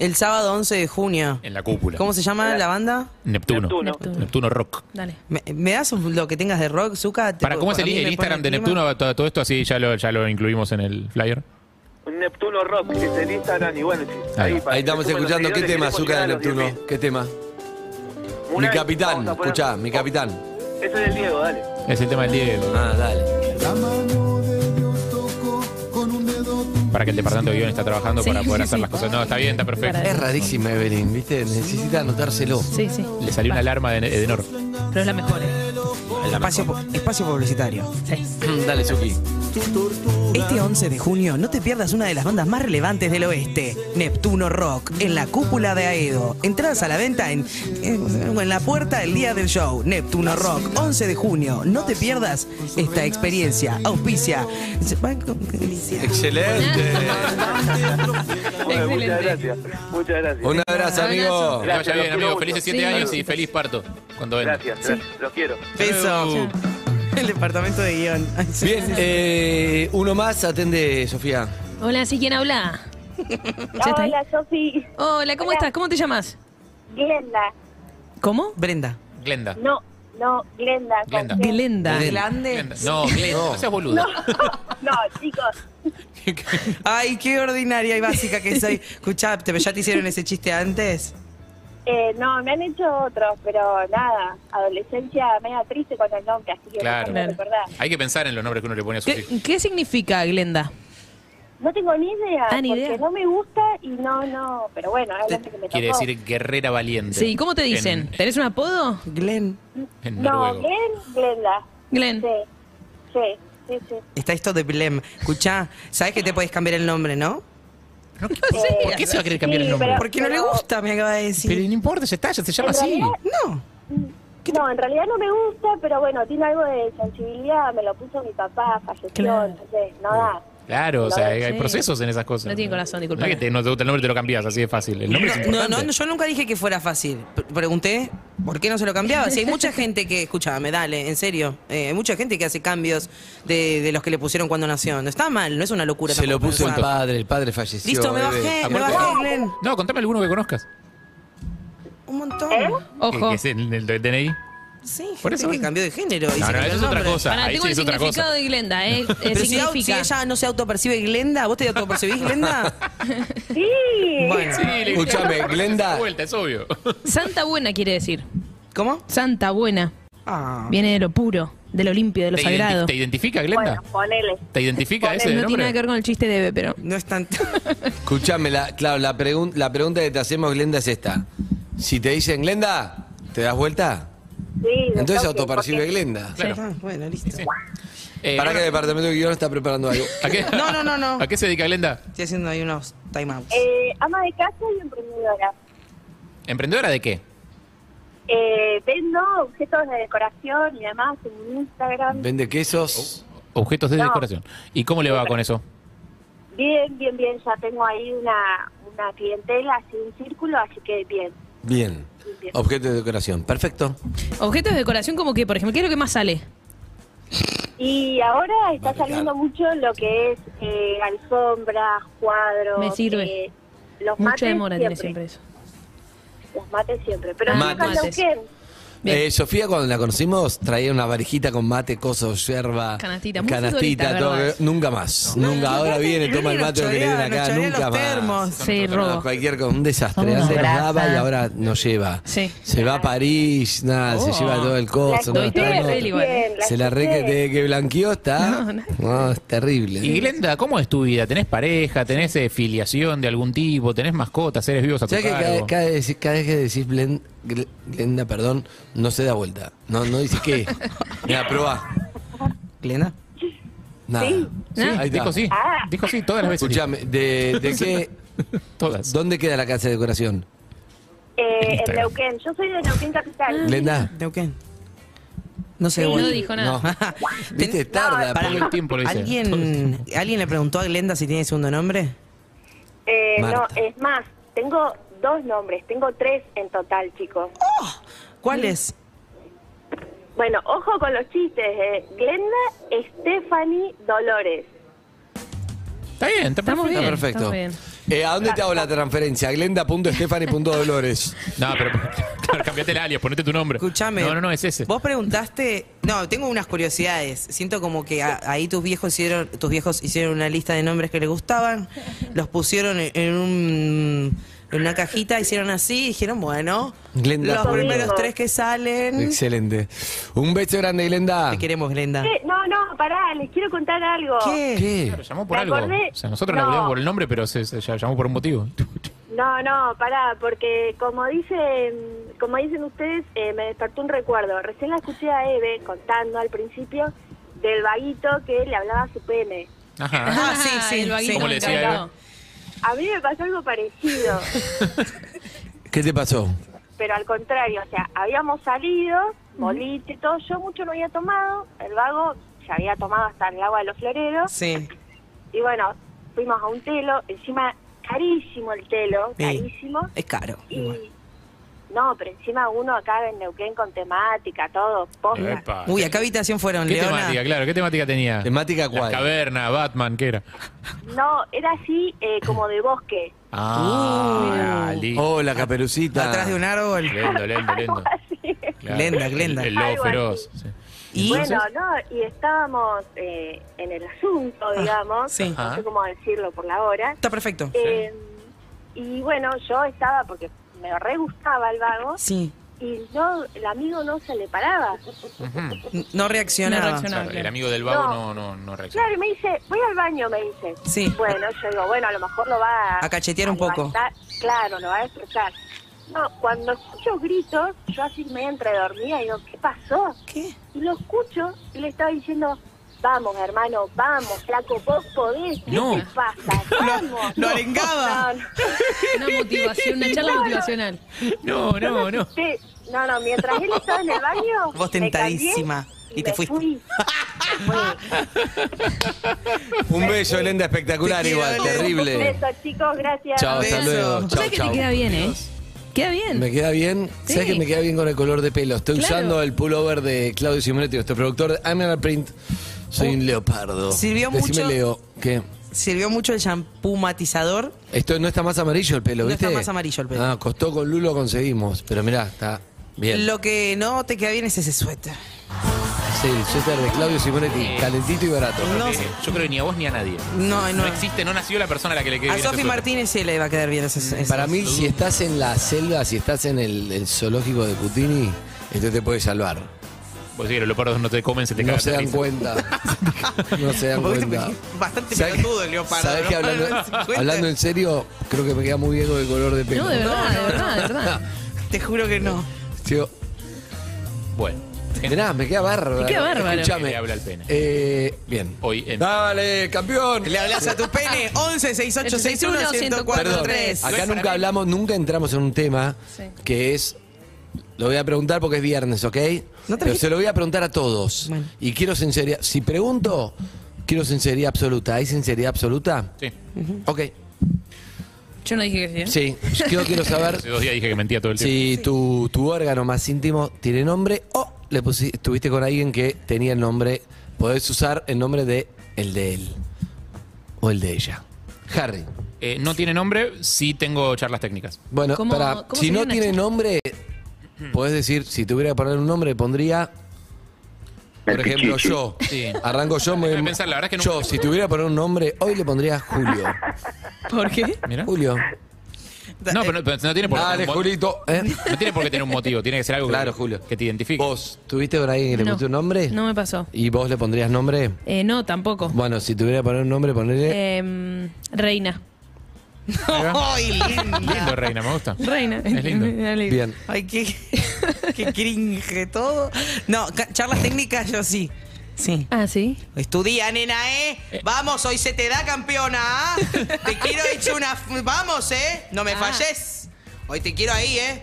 [SPEAKER 3] El sábado 11 de junio.
[SPEAKER 4] En la cúpula.
[SPEAKER 3] ¿Cómo se llama la banda?
[SPEAKER 4] Neptuno.
[SPEAKER 8] Neptuno.
[SPEAKER 4] Neptuno. rock.
[SPEAKER 2] Dale.
[SPEAKER 3] ¿Me, me das un- lo que tengas de rock, Zuka?
[SPEAKER 4] Para, ¿cómo es
[SPEAKER 3] A
[SPEAKER 4] el,
[SPEAKER 3] mí
[SPEAKER 4] el
[SPEAKER 3] me
[SPEAKER 4] Instagram de
[SPEAKER 3] pone el clima.
[SPEAKER 4] Neptuno? Todo, todo esto así ya lo, ya lo incluimos en el flyer.
[SPEAKER 8] Un Neptuno Rock, que es el Instagram, y bueno, sí,
[SPEAKER 4] Ahí.
[SPEAKER 8] para
[SPEAKER 1] Ahí estamos
[SPEAKER 8] que se sumen los
[SPEAKER 1] escuchando. ¿Qué tema,
[SPEAKER 8] seguidores, queremos
[SPEAKER 1] Azúcar de
[SPEAKER 8] llegar a los 10.000.
[SPEAKER 1] Neptuno? ¿Qué tema? Mi
[SPEAKER 8] Una-
[SPEAKER 1] capitán,
[SPEAKER 8] vamos a poner-
[SPEAKER 1] escuchá, mi capitán.
[SPEAKER 8] Ese es el Diego, dale.
[SPEAKER 4] Es el tema del Diego.
[SPEAKER 1] Ah, dale.
[SPEAKER 4] Para que el departamento de guión está trabajando
[SPEAKER 2] Sí,
[SPEAKER 4] para poder
[SPEAKER 2] sí,
[SPEAKER 4] hacer
[SPEAKER 2] sí.
[SPEAKER 4] las cosas. No, está bien, está perfecto.
[SPEAKER 2] Para-
[SPEAKER 1] Es rarísima Evelyn, ¿viste? Necesita anotárselo. <clears throat>
[SPEAKER 2] Sí, sí.
[SPEAKER 4] Le salió una alarma de Edenor.
[SPEAKER 2] Pero es la mejor. eh.
[SPEAKER 3] Espacio, pu- espacio publicitario.
[SPEAKER 2] Sí.
[SPEAKER 1] Dale, Suki.
[SPEAKER 3] Este 11 de junio no te pierdas una de las bandas más relevantes del oeste, Neptuno Rock, en la cúpula de Aedo. Entradas a la venta en, en, en la puerta el día del show. Neptuno Rock, 11 de junio. No te pierdas esta experiencia. Auspicia. Banco Galicia.
[SPEAKER 1] Excelente.
[SPEAKER 8] <laughs> Bueno, muchas
[SPEAKER 2] Excelente.
[SPEAKER 8] gracias. Muchas
[SPEAKER 1] <laughs>
[SPEAKER 8] gracias.
[SPEAKER 1] Un abrazo, amigo.
[SPEAKER 4] Que vaya
[SPEAKER 8] los
[SPEAKER 4] bien,
[SPEAKER 8] quiero
[SPEAKER 4] amigo.
[SPEAKER 8] mucho.
[SPEAKER 4] Felices 7
[SPEAKER 2] Sí.
[SPEAKER 4] años y feliz parto. Cuando venga.
[SPEAKER 8] Gracias, gracias. Los quiero.
[SPEAKER 3] Beso. El departamento de guión. Ay, sí.
[SPEAKER 1] Bien, eh, uno más, atende, Sofía.
[SPEAKER 2] Hola, ¿sí quién habla? ¿Ya está ahí?
[SPEAKER 5] Hola, Sofi.
[SPEAKER 2] Hola, ¿cómo
[SPEAKER 5] Hola.
[SPEAKER 2] estás? ¿Cómo te llamas?
[SPEAKER 5] Glenda.
[SPEAKER 2] ¿Cómo?
[SPEAKER 3] Brenda.
[SPEAKER 4] Glenda.
[SPEAKER 5] No, no, Glenda. con
[SPEAKER 4] Glenda.
[SPEAKER 5] G.
[SPEAKER 2] Glenda.
[SPEAKER 1] Glenda.
[SPEAKER 4] Glenda. No, Glenda. No seas boludo.
[SPEAKER 5] No, chicos.
[SPEAKER 3] Ay, qué ordinaria y básica que soy. Escuchá, ¿te- ¿ya te hicieron ese chiste antes?
[SPEAKER 5] Eh, no, me han hecho otros, pero nada. Adolescencia media triste con el nombre, así que
[SPEAKER 4] Claro.
[SPEAKER 5] no me recordar.
[SPEAKER 4] <laughs> Hay que pensar en los nombres que uno le pone a sus
[SPEAKER 2] ¿Qué,
[SPEAKER 4] hijos.
[SPEAKER 2] qué significa Glenda?
[SPEAKER 5] No tengo ni idea,
[SPEAKER 2] Ah, ni
[SPEAKER 5] porque
[SPEAKER 2] idea.
[SPEAKER 5] no me gusta y no, no, pero bueno, es lo que me tocó.
[SPEAKER 4] Quiere decir guerrera valiente.
[SPEAKER 2] Sí, ¿cómo te dicen?
[SPEAKER 4] En,
[SPEAKER 2] ¿Tenés un apodo?
[SPEAKER 3] Glenn.
[SPEAKER 4] en
[SPEAKER 5] No,
[SPEAKER 4] noruego.
[SPEAKER 5] Glen,
[SPEAKER 2] Glenn.
[SPEAKER 5] Glenda. Sí, sí, sí, sí.
[SPEAKER 3] Está esto de Blem. Escuchá, ¿sabes que te podés cambiar el nombre, no?
[SPEAKER 4] ¿Por qué se va a querer cambiar
[SPEAKER 5] Sí,
[SPEAKER 4] el nombre?
[SPEAKER 5] pero-
[SPEAKER 3] Porque no le gusta, me acaba de
[SPEAKER 4] Pero
[SPEAKER 3] decir.
[SPEAKER 4] no importa, ya está, ya se llama
[SPEAKER 5] En
[SPEAKER 4] así.
[SPEAKER 5] realidad,
[SPEAKER 3] No.
[SPEAKER 5] No, en realidad no me gusta, pero bueno, tiene algo de sensibilidad, me lo puso mi papá, falleció,
[SPEAKER 2] Claro. <laughs>
[SPEAKER 5] entonces, no da.
[SPEAKER 4] Claro, o sea, hay, hay
[SPEAKER 2] Sí.
[SPEAKER 4] procesos en esas cosas.
[SPEAKER 2] No tiene corazón,
[SPEAKER 4] No es
[SPEAKER 2] disculpa.
[SPEAKER 4] que te, no te gusta el nombre y te lo cambias, así de fácil. El nombre es
[SPEAKER 3] No,
[SPEAKER 4] importante.
[SPEAKER 3] no, yo nunca dije que fuera fácil. P- Pregunté por qué no se lo cambiaba. Si hay mucha gente que, escúchame, dale, en serio. eh, hay mucha gente que hace cambios de, de los que le pusieron cuando nació. No está mal, no es una locura.
[SPEAKER 1] Se lo
[SPEAKER 3] tampoco
[SPEAKER 1] puso el
[SPEAKER 3] pensar.
[SPEAKER 1] padre, el padre falleció.
[SPEAKER 3] Listo, me
[SPEAKER 1] bebé.
[SPEAKER 3] bajé, me
[SPEAKER 1] Aparte-
[SPEAKER 3] bajé, Glenn.
[SPEAKER 4] No, contame alguno que conozcas.
[SPEAKER 3] Un montón.
[SPEAKER 4] Que-
[SPEAKER 2] Ojo.
[SPEAKER 4] Que es el, el del DNI.
[SPEAKER 3] Sí, gente
[SPEAKER 4] Por eso-
[SPEAKER 3] que cambió de género. y
[SPEAKER 4] No,
[SPEAKER 3] se
[SPEAKER 4] no,
[SPEAKER 3] cambió el
[SPEAKER 4] eso es otra
[SPEAKER 3] nombre.
[SPEAKER 4] cosa.
[SPEAKER 2] Pará,
[SPEAKER 4] Ahí
[SPEAKER 2] tengo
[SPEAKER 4] sí
[SPEAKER 2] el
[SPEAKER 4] es otra
[SPEAKER 2] significado
[SPEAKER 4] cosa.
[SPEAKER 2] de Glenda, ¿eh? Eh,
[SPEAKER 3] Pero si, au- si
[SPEAKER 2] significa.
[SPEAKER 3] ella no se autopercibe Glenda, ¿vos te autopercibís
[SPEAKER 4] <laughs>
[SPEAKER 3] Glenda?
[SPEAKER 5] Sí.
[SPEAKER 3] Bueno,
[SPEAKER 4] le-
[SPEAKER 1] Escúchame, Glenda.
[SPEAKER 4] De vuelta, es obvio.
[SPEAKER 2] Santa buena quiere decir.
[SPEAKER 3] ¿cómo?
[SPEAKER 2] Santa buena.
[SPEAKER 3] Ah,
[SPEAKER 2] Viene de lo puro, de lo limpio, de lo
[SPEAKER 4] ¿Te,
[SPEAKER 2] sagrado.
[SPEAKER 4] identi- te identifica, Glenda?
[SPEAKER 5] Bueno, ponele.
[SPEAKER 4] ¿Te identifica ese
[SPEAKER 2] No tiene
[SPEAKER 4] nombre?
[SPEAKER 2] nada que ver con el chiste de Eve, pero.
[SPEAKER 3] no es tan. <laughs>
[SPEAKER 1] Escuchame, la, claro, la, pregun- la pregunta que te hacemos, Glenda, es esta. Si te dicen Glenda, ¿te das vuelta?
[SPEAKER 5] Sí, de
[SPEAKER 1] Entonces
[SPEAKER 5] toque,
[SPEAKER 1] autopercibe
[SPEAKER 5] porque-
[SPEAKER 1] Glenda.
[SPEAKER 3] Ah, bueno, listo.
[SPEAKER 4] Eh,
[SPEAKER 1] Para que el departamento de guión está preparando algo.
[SPEAKER 4] ¿a qué-
[SPEAKER 3] No, no, no, no.
[SPEAKER 4] ¿A qué se dedica Glenda?
[SPEAKER 3] Estoy haciendo ahí unos timeouts.
[SPEAKER 5] Eh, ama de casa y emprendedora.
[SPEAKER 4] ¿Emprendedora de qué?
[SPEAKER 5] Eh, vendo objetos de decoración y demás en Instagram.
[SPEAKER 1] Vende quesos.
[SPEAKER 4] Objetos de
[SPEAKER 5] No.
[SPEAKER 4] decoración. ¿Y cómo le va con eso?
[SPEAKER 5] Bien, bien, bien. Ya tengo ahí una, una clientela, así un círculo, así que bien.
[SPEAKER 1] Bien. Objetos de decoración. Perfecto.
[SPEAKER 2] Objetos de decoración, como que, por ejemplo, ¿qué es lo que más sale?
[SPEAKER 5] Y ahora
[SPEAKER 1] Va a
[SPEAKER 5] está
[SPEAKER 1] pegar.
[SPEAKER 5] saliendo mucho lo que es eh, alfombras, cuadros.
[SPEAKER 2] Me sirve.
[SPEAKER 5] eh, los
[SPEAKER 2] Mucha
[SPEAKER 5] mates
[SPEAKER 2] demora tiene
[SPEAKER 5] siempre,
[SPEAKER 2] siempre eso.
[SPEAKER 5] Los mates siempre. Pero
[SPEAKER 2] Ah,
[SPEAKER 5] nunca
[SPEAKER 2] mates.
[SPEAKER 5] Neuquén.
[SPEAKER 2] Bien.
[SPEAKER 1] Eh, Sofía, cuando la conocimos, traía una varijita con mate, cosos, yerba.
[SPEAKER 2] Canastita, muy
[SPEAKER 1] canastita,
[SPEAKER 2] futbolista,
[SPEAKER 1] todo.
[SPEAKER 2] ¿verdad?
[SPEAKER 1] que- Nunca más. nunca. Ahora viene, toma el
[SPEAKER 3] Nos
[SPEAKER 1] mate lo que le den
[SPEAKER 3] choreaba, nos
[SPEAKER 1] acá.
[SPEAKER 3] choreaba
[SPEAKER 1] Nunca
[SPEAKER 3] los termos.
[SPEAKER 1] más.
[SPEAKER 2] Sí,
[SPEAKER 1] No,
[SPEAKER 2] robo.
[SPEAKER 1] cualquier cosa, un desastre.
[SPEAKER 2] Son
[SPEAKER 1] Antes nos
[SPEAKER 2] unos
[SPEAKER 1] daba y
[SPEAKER 2] brazos.
[SPEAKER 1] ahora nos lleva.
[SPEAKER 2] Sí.
[SPEAKER 1] Se va a París, nada, se
[SPEAKER 2] Oh.
[SPEAKER 1] lleva todo el coso.
[SPEAKER 2] La
[SPEAKER 1] no,
[SPEAKER 2] hiciste
[SPEAKER 1] está
[SPEAKER 2] re
[SPEAKER 1] loco.
[SPEAKER 2] bien, igual.
[SPEAKER 5] la
[SPEAKER 1] ¿eh?
[SPEAKER 5] eh,
[SPEAKER 1] se la re que,
[SPEAKER 5] hiciste.
[SPEAKER 1] te- que blanqueó, está.
[SPEAKER 2] No, no.
[SPEAKER 1] No, es terrible.
[SPEAKER 4] Y Glenda, ¿cómo es tu vida? ¿Tenés pareja? ¿Tenés eh, filiación de algún tipo? ¿Tenés mascotas? ¿Seres vivos a tu
[SPEAKER 1] ¿Sabes que cada,
[SPEAKER 4] cargo?
[SPEAKER 1] cada vez, cada vez que decís Blen- Gl- Glenda, perdón, no se da vuelta? No, no dice
[SPEAKER 2] <laughs>
[SPEAKER 1] qué. Mira, probá.
[SPEAKER 3] ¿Glenda?
[SPEAKER 1] Nada.
[SPEAKER 4] Sí,
[SPEAKER 1] Ahí está.
[SPEAKER 4] dijo sí.
[SPEAKER 5] Ah.
[SPEAKER 4] Dijo sí todas las veces.
[SPEAKER 1] Escuchame, ¿de, de qué?
[SPEAKER 4] Todas.
[SPEAKER 1] ¿Dónde queda la casa de decoración?
[SPEAKER 5] Eh, en
[SPEAKER 4] Instagram.
[SPEAKER 5] Neuquén. Yo soy de Neuquén Capital.
[SPEAKER 1] Glenda,
[SPEAKER 3] Neuquén. No sé,
[SPEAKER 2] Sí,
[SPEAKER 3] bueno.
[SPEAKER 2] no dijo nada.
[SPEAKER 1] no.
[SPEAKER 3] <laughs>
[SPEAKER 1] Viste, tarda.
[SPEAKER 4] Todo
[SPEAKER 1] porque-
[SPEAKER 4] el tiempo lo dice.
[SPEAKER 3] ¿Alguien, ¿Alguien le preguntó a Glenda si tiene segundo nombre?
[SPEAKER 5] Eh, no,
[SPEAKER 1] Marta.
[SPEAKER 5] es más, tengo dos nombres, tengo tres en total, chicos.
[SPEAKER 3] ¿Cuál es?
[SPEAKER 5] Bueno, ojo con los chistes. eh. Glenda Stephanie Dolores.
[SPEAKER 4] Está bien, está
[SPEAKER 1] Está
[SPEAKER 2] Estamos
[SPEAKER 4] perfecto.
[SPEAKER 2] bien.
[SPEAKER 1] perfecto.
[SPEAKER 2] estamos bien.
[SPEAKER 1] Eh, ¿A dónde te hago la transferencia? Glenda.estefani.dolores.
[SPEAKER 4] No, pero <laughs> claro, cambiate el alias, ponete tu nombre.
[SPEAKER 3] Escúchame.
[SPEAKER 4] No, no, no, es ese.
[SPEAKER 3] Vos preguntaste. No, tengo unas curiosidades. Siento como que a- ahí tus viejos hicieron, tus viejos hicieron una lista de nombres que les gustaban, los pusieron en, en un- en una cajita, hicieron así, y dijeron, bueno,
[SPEAKER 1] Glenda
[SPEAKER 3] los
[SPEAKER 1] Polo.
[SPEAKER 3] primeros tres que salen.
[SPEAKER 1] Excelente. Un beso grande, Glenda.
[SPEAKER 3] Te queremos, Glenda.
[SPEAKER 5] Eh, no, no, pará, les quiero contar algo.
[SPEAKER 3] Ah. ¿Qué?
[SPEAKER 1] ¿Qué?
[SPEAKER 4] Claro, llamó por
[SPEAKER 5] ¿Te
[SPEAKER 4] algo.
[SPEAKER 5] acordé?
[SPEAKER 4] O sea, nosotros
[SPEAKER 5] No.
[SPEAKER 4] la volvemos por el nombre, pero se, se llamó por un
[SPEAKER 3] <laughs>
[SPEAKER 4] motivo.
[SPEAKER 5] No, no, pará, porque como dicen, como dicen ustedes, eh, me despertó un recuerdo. Recién la escuché a Eve contando al principio del vaguito que le hablaba a su pene.
[SPEAKER 4] Ajá.
[SPEAKER 3] Ah, sí, sí,
[SPEAKER 2] el vaguito
[SPEAKER 3] sí.
[SPEAKER 4] ¿Cómo le decía
[SPEAKER 2] encantado.
[SPEAKER 4] Eve?
[SPEAKER 5] A mí me pasó algo parecido.
[SPEAKER 1] ¿Qué te pasó?
[SPEAKER 5] pero al contrario, o sea, habíamos salido, boliche, y todo, yo mucho no había tomado, el vago se había tomado hasta el agua de los floreros,
[SPEAKER 3] Sí.
[SPEAKER 5] y bueno, fuimos a un telo, encima carísimo el telo,
[SPEAKER 3] Sí.
[SPEAKER 5] carísimo,
[SPEAKER 3] Es caro. igual.
[SPEAKER 5] y no, pero encima uno acá en Neuquén con temática, todo, posta.
[SPEAKER 4] Epa.
[SPEAKER 3] Uy, ¿a qué habitación fueron,
[SPEAKER 4] ¿Qué
[SPEAKER 3] Leona?
[SPEAKER 4] temática? Claro, ¿qué temática
[SPEAKER 3] Ah.
[SPEAKER 4] tenía?
[SPEAKER 1] ¿Temática
[SPEAKER 4] La
[SPEAKER 1] cuál?
[SPEAKER 4] caverna, Batman, ¿qué era?
[SPEAKER 5] No, era así eh, como de bosque.
[SPEAKER 4] Ah, lindo.
[SPEAKER 1] Oh, la caperucita.
[SPEAKER 3] Atrás de un árbol.
[SPEAKER 4] Lindo, lindo, lindo. Claro.
[SPEAKER 3] Glenda, Glenda.
[SPEAKER 4] El, el lobo
[SPEAKER 5] Algo
[SPEAKER 4] feroz.
[SPEAKER 5] así.
[SPEAKER 4] sí.
[SPEAKER 3] <laughs> Y
[SPEAKER 5] Bueno, no, y estábamos eh, en el asunto, digamos,
[SPEAKER 3] sí.
[SPEAKER 5] no sé cómo decirlo por la hora,
[SPEAKER 3] está perfecto.
[SPEAKER 5] Eh, y bueno, yo estaba, porque me re gustaba el vago,
[SPEAKER 3] Sí.
[SPEAKER 5] y no, el amigo no se le paraba.
[SPEAKER 3] N- No reaccionaba.
[SPEAKER 2] No reaccionaba.
[SPEAKER 4] Claro,
[SPEAKER 2] claro.
[SPEAKER 4] el amigo del vago no,
[SPEAKER 5] No.
[SPEAKER 4] no, no reacciona.
[SPEAKER 5] Claro, y me dice, voy al baño, me dice.
[SPEAKER 3] Sí.
[SPEAKER 5] Bueno, yo digo, bueno, a lo mejor lo va
[SPEAKER 3] A cachetear un poco.
[SPEAKER 5] levantar. Claro, lo va a despertar. No, cuando escucho gritos, yo así me entre dormida y digo, ¿qué pasó?
[SPEAKER 3] ¿Qué?
[SPEAKER 5] Y lo escucho y le estaba diciendo, vamos, hermano, vamos, flaco, vos podés. ¿Qué
[SPEAKER 4] No.
[SPEAKER 5] te pasa? Vamos.
[SPEAKER 3] <laughs> lo arengaba.
[SPEAKER 5] No, no.
[SPEAKER 2] Una motivación, una
[SPEAKER 5] <laughs>
[SPEAKER 2] charla motivacional.
[SPEAKER 4] No, no, no.
[SPEAKER 5] Sí, no, no, mientras él estaba en el baño.
[SPEAKER 3] <laughs> Vos
[SPEAKER 5] me
[SPEAKER 3] tentadísima.
[SPEAKER 5] cambié Y
[SPEAKER 3] y te
[SPEAKER 5] me
[SPEAKER 3] fuiste. <laughs>
[SPEAKER 5] fui.
[SPEAKER 1] Un beso, Elenda, espectacular
[SPEAKER 3] Te quiero,
[SPEAKER 1] igual,
[SPEAKER 3] Elenda.
[SPEAKER 1] terrible.
[SPEAKER 5] Besos, chicos, gracias.
[SPEAKER 1] Chao, hasta
[SPEAKER 3] Beso.
[SPEAKER 1] luego.
[SPEAKER 3] ¿Vos
[SPEAKER 1] Chao,
[SPEAKER 2] ¿Sabes que
[SPEAKER 1] chao.
[SPEAKER 2] te queda bien, eh? Queda
[SPEAKER 1] Me
[SPEAKER 2] bien.
[SPEAKER 1] queda bien.
[SPEAKER 2] Sí.
[SPEAKER 1] ¿Sabes que me queda bien con el color de pelo? Estoy
[SPEAKER 2] Claro.
[SPEAKER 1] usando el pullover de Claudio Simonetti, nuestro productor de Animal Print. Soy un leopardo.
[SPEAKER 3] Oh. Sirvió
[SPEAKER 1] Decime,
[SPEAKER 3] mucho.
[SPEAKER 1] Leo, que
[SPEAKER 3] Sirvió mucho el shampoo matizador.
[SPEAKER 1] esto no está más amarillo el pelo,
[SPEAKER 3] No
[SPEAKER 1] ¿viste?
[SPEAKER 3] está más amarillo el pelo.
[SPEAKER 1] Ah, costó con Lulo conseguimos, pero mirá, está bien.
[SPEAKER 3] Lo que no te queda bien es ese suéter.
[SPEAKER 1] Sí, el suéter de Claudio Simonetti, calentito y barato.
[SPEAKER 3] No,
[SPEAKER 4] Eh, Yo creo que ni a vos ni a nadie.
[SPEAKER 3] no,
[SPEAKER 4] No
[SPEAKER 3] no.
[SPEAKER 4] existe, no nació la persona a la que le este quede
[SPEAKER 3] A
[SPEAKER 4] bien ese
[SPEAKER 3] Sofi
[SPEAKER 4] suéter.
[SPEAKER 3] Martínez sí le va a quedar bien ese suéter.
[SPEAKER 1] Para mí, si estás en la selva, si estás en el, el zoológico de Cutini, esto te puede salvar.
[SPEAKER 4] Pues sí, los leopardos no te comen, se te
[SPEAKER 1] No
[SPEAKER 4] cagan
[SPEAKER 1] se
[SPEAKER 4] de
[SPEAKER 1] dan
[SPEAKER 4] risa.
[SPEAKER 1] cuenta.
[SPEAKER 4] <laughs>
[SPEAKER 1] No se dan
[SPEAKER 3] Porque
[SPEAKER 1] cuenta.
[SPEAKER 3] es <laughs> bastante
[SPEAKER 1] ¿Sabes
[SPEAKER 3] pelotudo
[SPEAKER 1] qué?
[SPEAKER 3] el leopardo,
[SPEAKER 1] ¿Sabes
[SPEAKER 3] ¿no?
[SPEAKER 1] qué? Hablando,
[SPEAKER 3] <laughs> Cincuenta.
[SPEAKER 1] hablando en serio, creo que me queda muy bien con el color de pelo.
[SPEAKER 2] No, de verdad,
[SPEAKER 3] No, no,
[SPEAKER 2] de verdad, de verdad.
[SPEAKER 3] Te juro que no.
[SPEAKER 1] Tío,
[SPEAKER 4] Bueno,
[SPEAKER 1] mirá, oh, me queda bárbaro.
[SPEAKER 2] Me queda bárbaro.
[SPEAKER 1] Escuchame.
[SPEAKER 4] Le habla el pene.
[SPEAKER 1] Eh, bien.
[SPEAKER 4] Hoy en-
[SPEAKER 1] Dale, campeón.
[SPEAKER 3] Le hablas a tu <laughs> pene 11 6861
[SPEAKER 1] Perdón,
[SPEAKER 3] 1043.
[SPEAKER 1] acá
[SPEAKER 4] para
[SPEAKER 1] nunca
[SPEAKER 4] mí.
[SPEAKER 1] hablamos, nunca entramos en un tema
[SPEAKER 2] Sí.
[SPEAKER 1] que es. Lo voy a preguntar porque es viernes, ¿ok? Pero
[SPEAKER 3] trajiste-
[SPEAKER 1] se lo voy a preguntar a todos.
[SPEAKER 3] Bueno.
[SPEAKER 1] Y quiero sinceridad. Si pregunto, quiero sinceridad absoluta. ¿Hay sinceridad absoluta?
[SPEAKER 4] Sí.
[SPEAKER 1] Ok.
[SPEAKER 2] Yo no dije que sí. ¿eh?
[SPEAKER 1] Sí. Yo quiero saber
[SPEAKER 4] Hace dos días dije que mentía todo el tiempo.
[SPEAKER 1] si tu, tu órgano más íntimo tiene nombre o le pusi- estuviste con alguien que tenía el nombre. Podés usar el nombre de el de él o el de ella. Harry.
[SPEAKER 4] Eh, no tiene nombre, sí tengo charlas técnicas.
[SPEAKER 1] Bueno,
[SPEAKER 2] ¿Cómo-
[SPEAKER 1] para,
[SPEAKER 2] cómo
[SPEAKER 1] si
[SPEAKER 2] sería
[SPEAKER 1] no
[SPEAKER 2] una
[SPEAKER 1] tiene
[SPEAKER 2] charla?
[SPEAKER 1] nombre, podés decir, si tuviera que poner un nombre, pondría. Por
[SPEAKER 8] El
[SPEAKER 1] ejemplo,
[SPEAKER 8] Pichichi.
[SPEAKER 1] yo.
[SPEAKER 4] Sí.
[SPEAKER 1] Arranco
[SPEAKER 4] <laughs>
[SPEAKER 1] yo. me-
[SPEAKER 4] Déjame pensar, la verdad es que
[SPEAKER 1] yo,
[SPEAKER 4] nunca-
[SPEAKER 1] si tuviera que poner un nombre, hoy le pondría Julio.
[SPEAKER 4] <laughs>
[SPEAKER 2] ¿Por qué?
[SPEAKER 4] Mira.
[SPEAKER 1] Julio.
[SPEAKER 4] No, pero no, pero no tiene por
[SPEAKER 1] Dale,
[SPEAKER 4] un mo-
[SPEAKER 1] Julito. ¿eh?
[SPEAKER 4] No tiene por qué tener un motivo, tiene que ser algo que-
[SPEAKER 1] Claro, Julio.
[SPEAKER 4] que te identifique.
[SPEAKER 1] ¿Vos tuviste por alguien que le
[SPEAKER 2] No.
[SPEAKER 1] puso un nombre?
[SPEAKER 2] No me pasó.
[SPEAKER 1] ¿Y vos le pondrías nombre?
[SPEAKER 2] Eh, no, tampoco.
[SPEAKER 1] Bueno, si tuviera que poner un nombre, ponerle.
[SPEAKER 2] Em, reina.
[SPEAKER 3] Ay, linda.
[SPEAKER 4] Lindo, Reina, me gusta.
[SPEAKER 2] Reina.
[SPEAKER 4] Es lindo.
[SPEAKER 2] <laughs> Dale.
[SPEAKER 1] Bien.
[SPEAKER 3] Ay, qué, qué cringe todo. No, ca- charlas técnicas yo sí. Sí.
[SPEAKER 2] Ah, sí.
[SPEAKER 3] Estudia, nena, ¿eh? Vamos, hoy se te da campeona, ¿ah? Te quiero hecho una. Vamos, ¿eh? No me
[SPEAKER 2] Ah.
[SPEAKER 3] falles. Hoy te quiero ahí, ¿eh?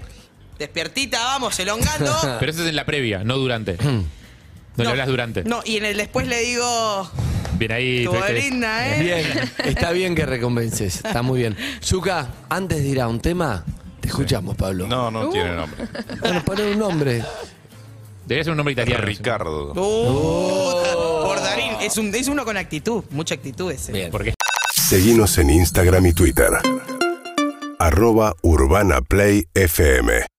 [SPEAKER 3] Despiertita, vamos,
[SPEAKER 4] <laughs>
[SPEAKER 3] elongando.
[SPEAKER 4] Pero eso es en la previa,
[SPEAKER 1] <clears throat>
[SPEAKER 4] no durante. No, le hablas durante.
[SPEAKER 3] No, y en el después le digo.
[SPEAKER 4] Bien ahí.
[SPEAKER 3] Estuvo
[SPEAKER 4] tuviste-
[SPEAKER 3] linda, ¿eh?
[SPEAKER 1] Bien. Está bien que recompenses. Está muy bien. Zuka, antes de ir a un tema, te escuchamos, Pablo.
[SPEAKER 9] No,
[SPEAKER 4] Uh.
[SPEAKER 9] no tiene nombre.
[SPEAKER 1] Bueno, poner un nombre.
[SPEAKER 4] Debería ser un nombre italiano.
[SPEAKER 9] Ricardo.
[SPEAKER 3] Oh, Bordarín, es, un, es uno con actitud, mucha actitud ese.
[SPEAKER 1] Bien.
[SPEAKER 4] Porque
[SPEAKER 10] Seguinos en Instagram y Twitter. Arroba Urbana Play FM.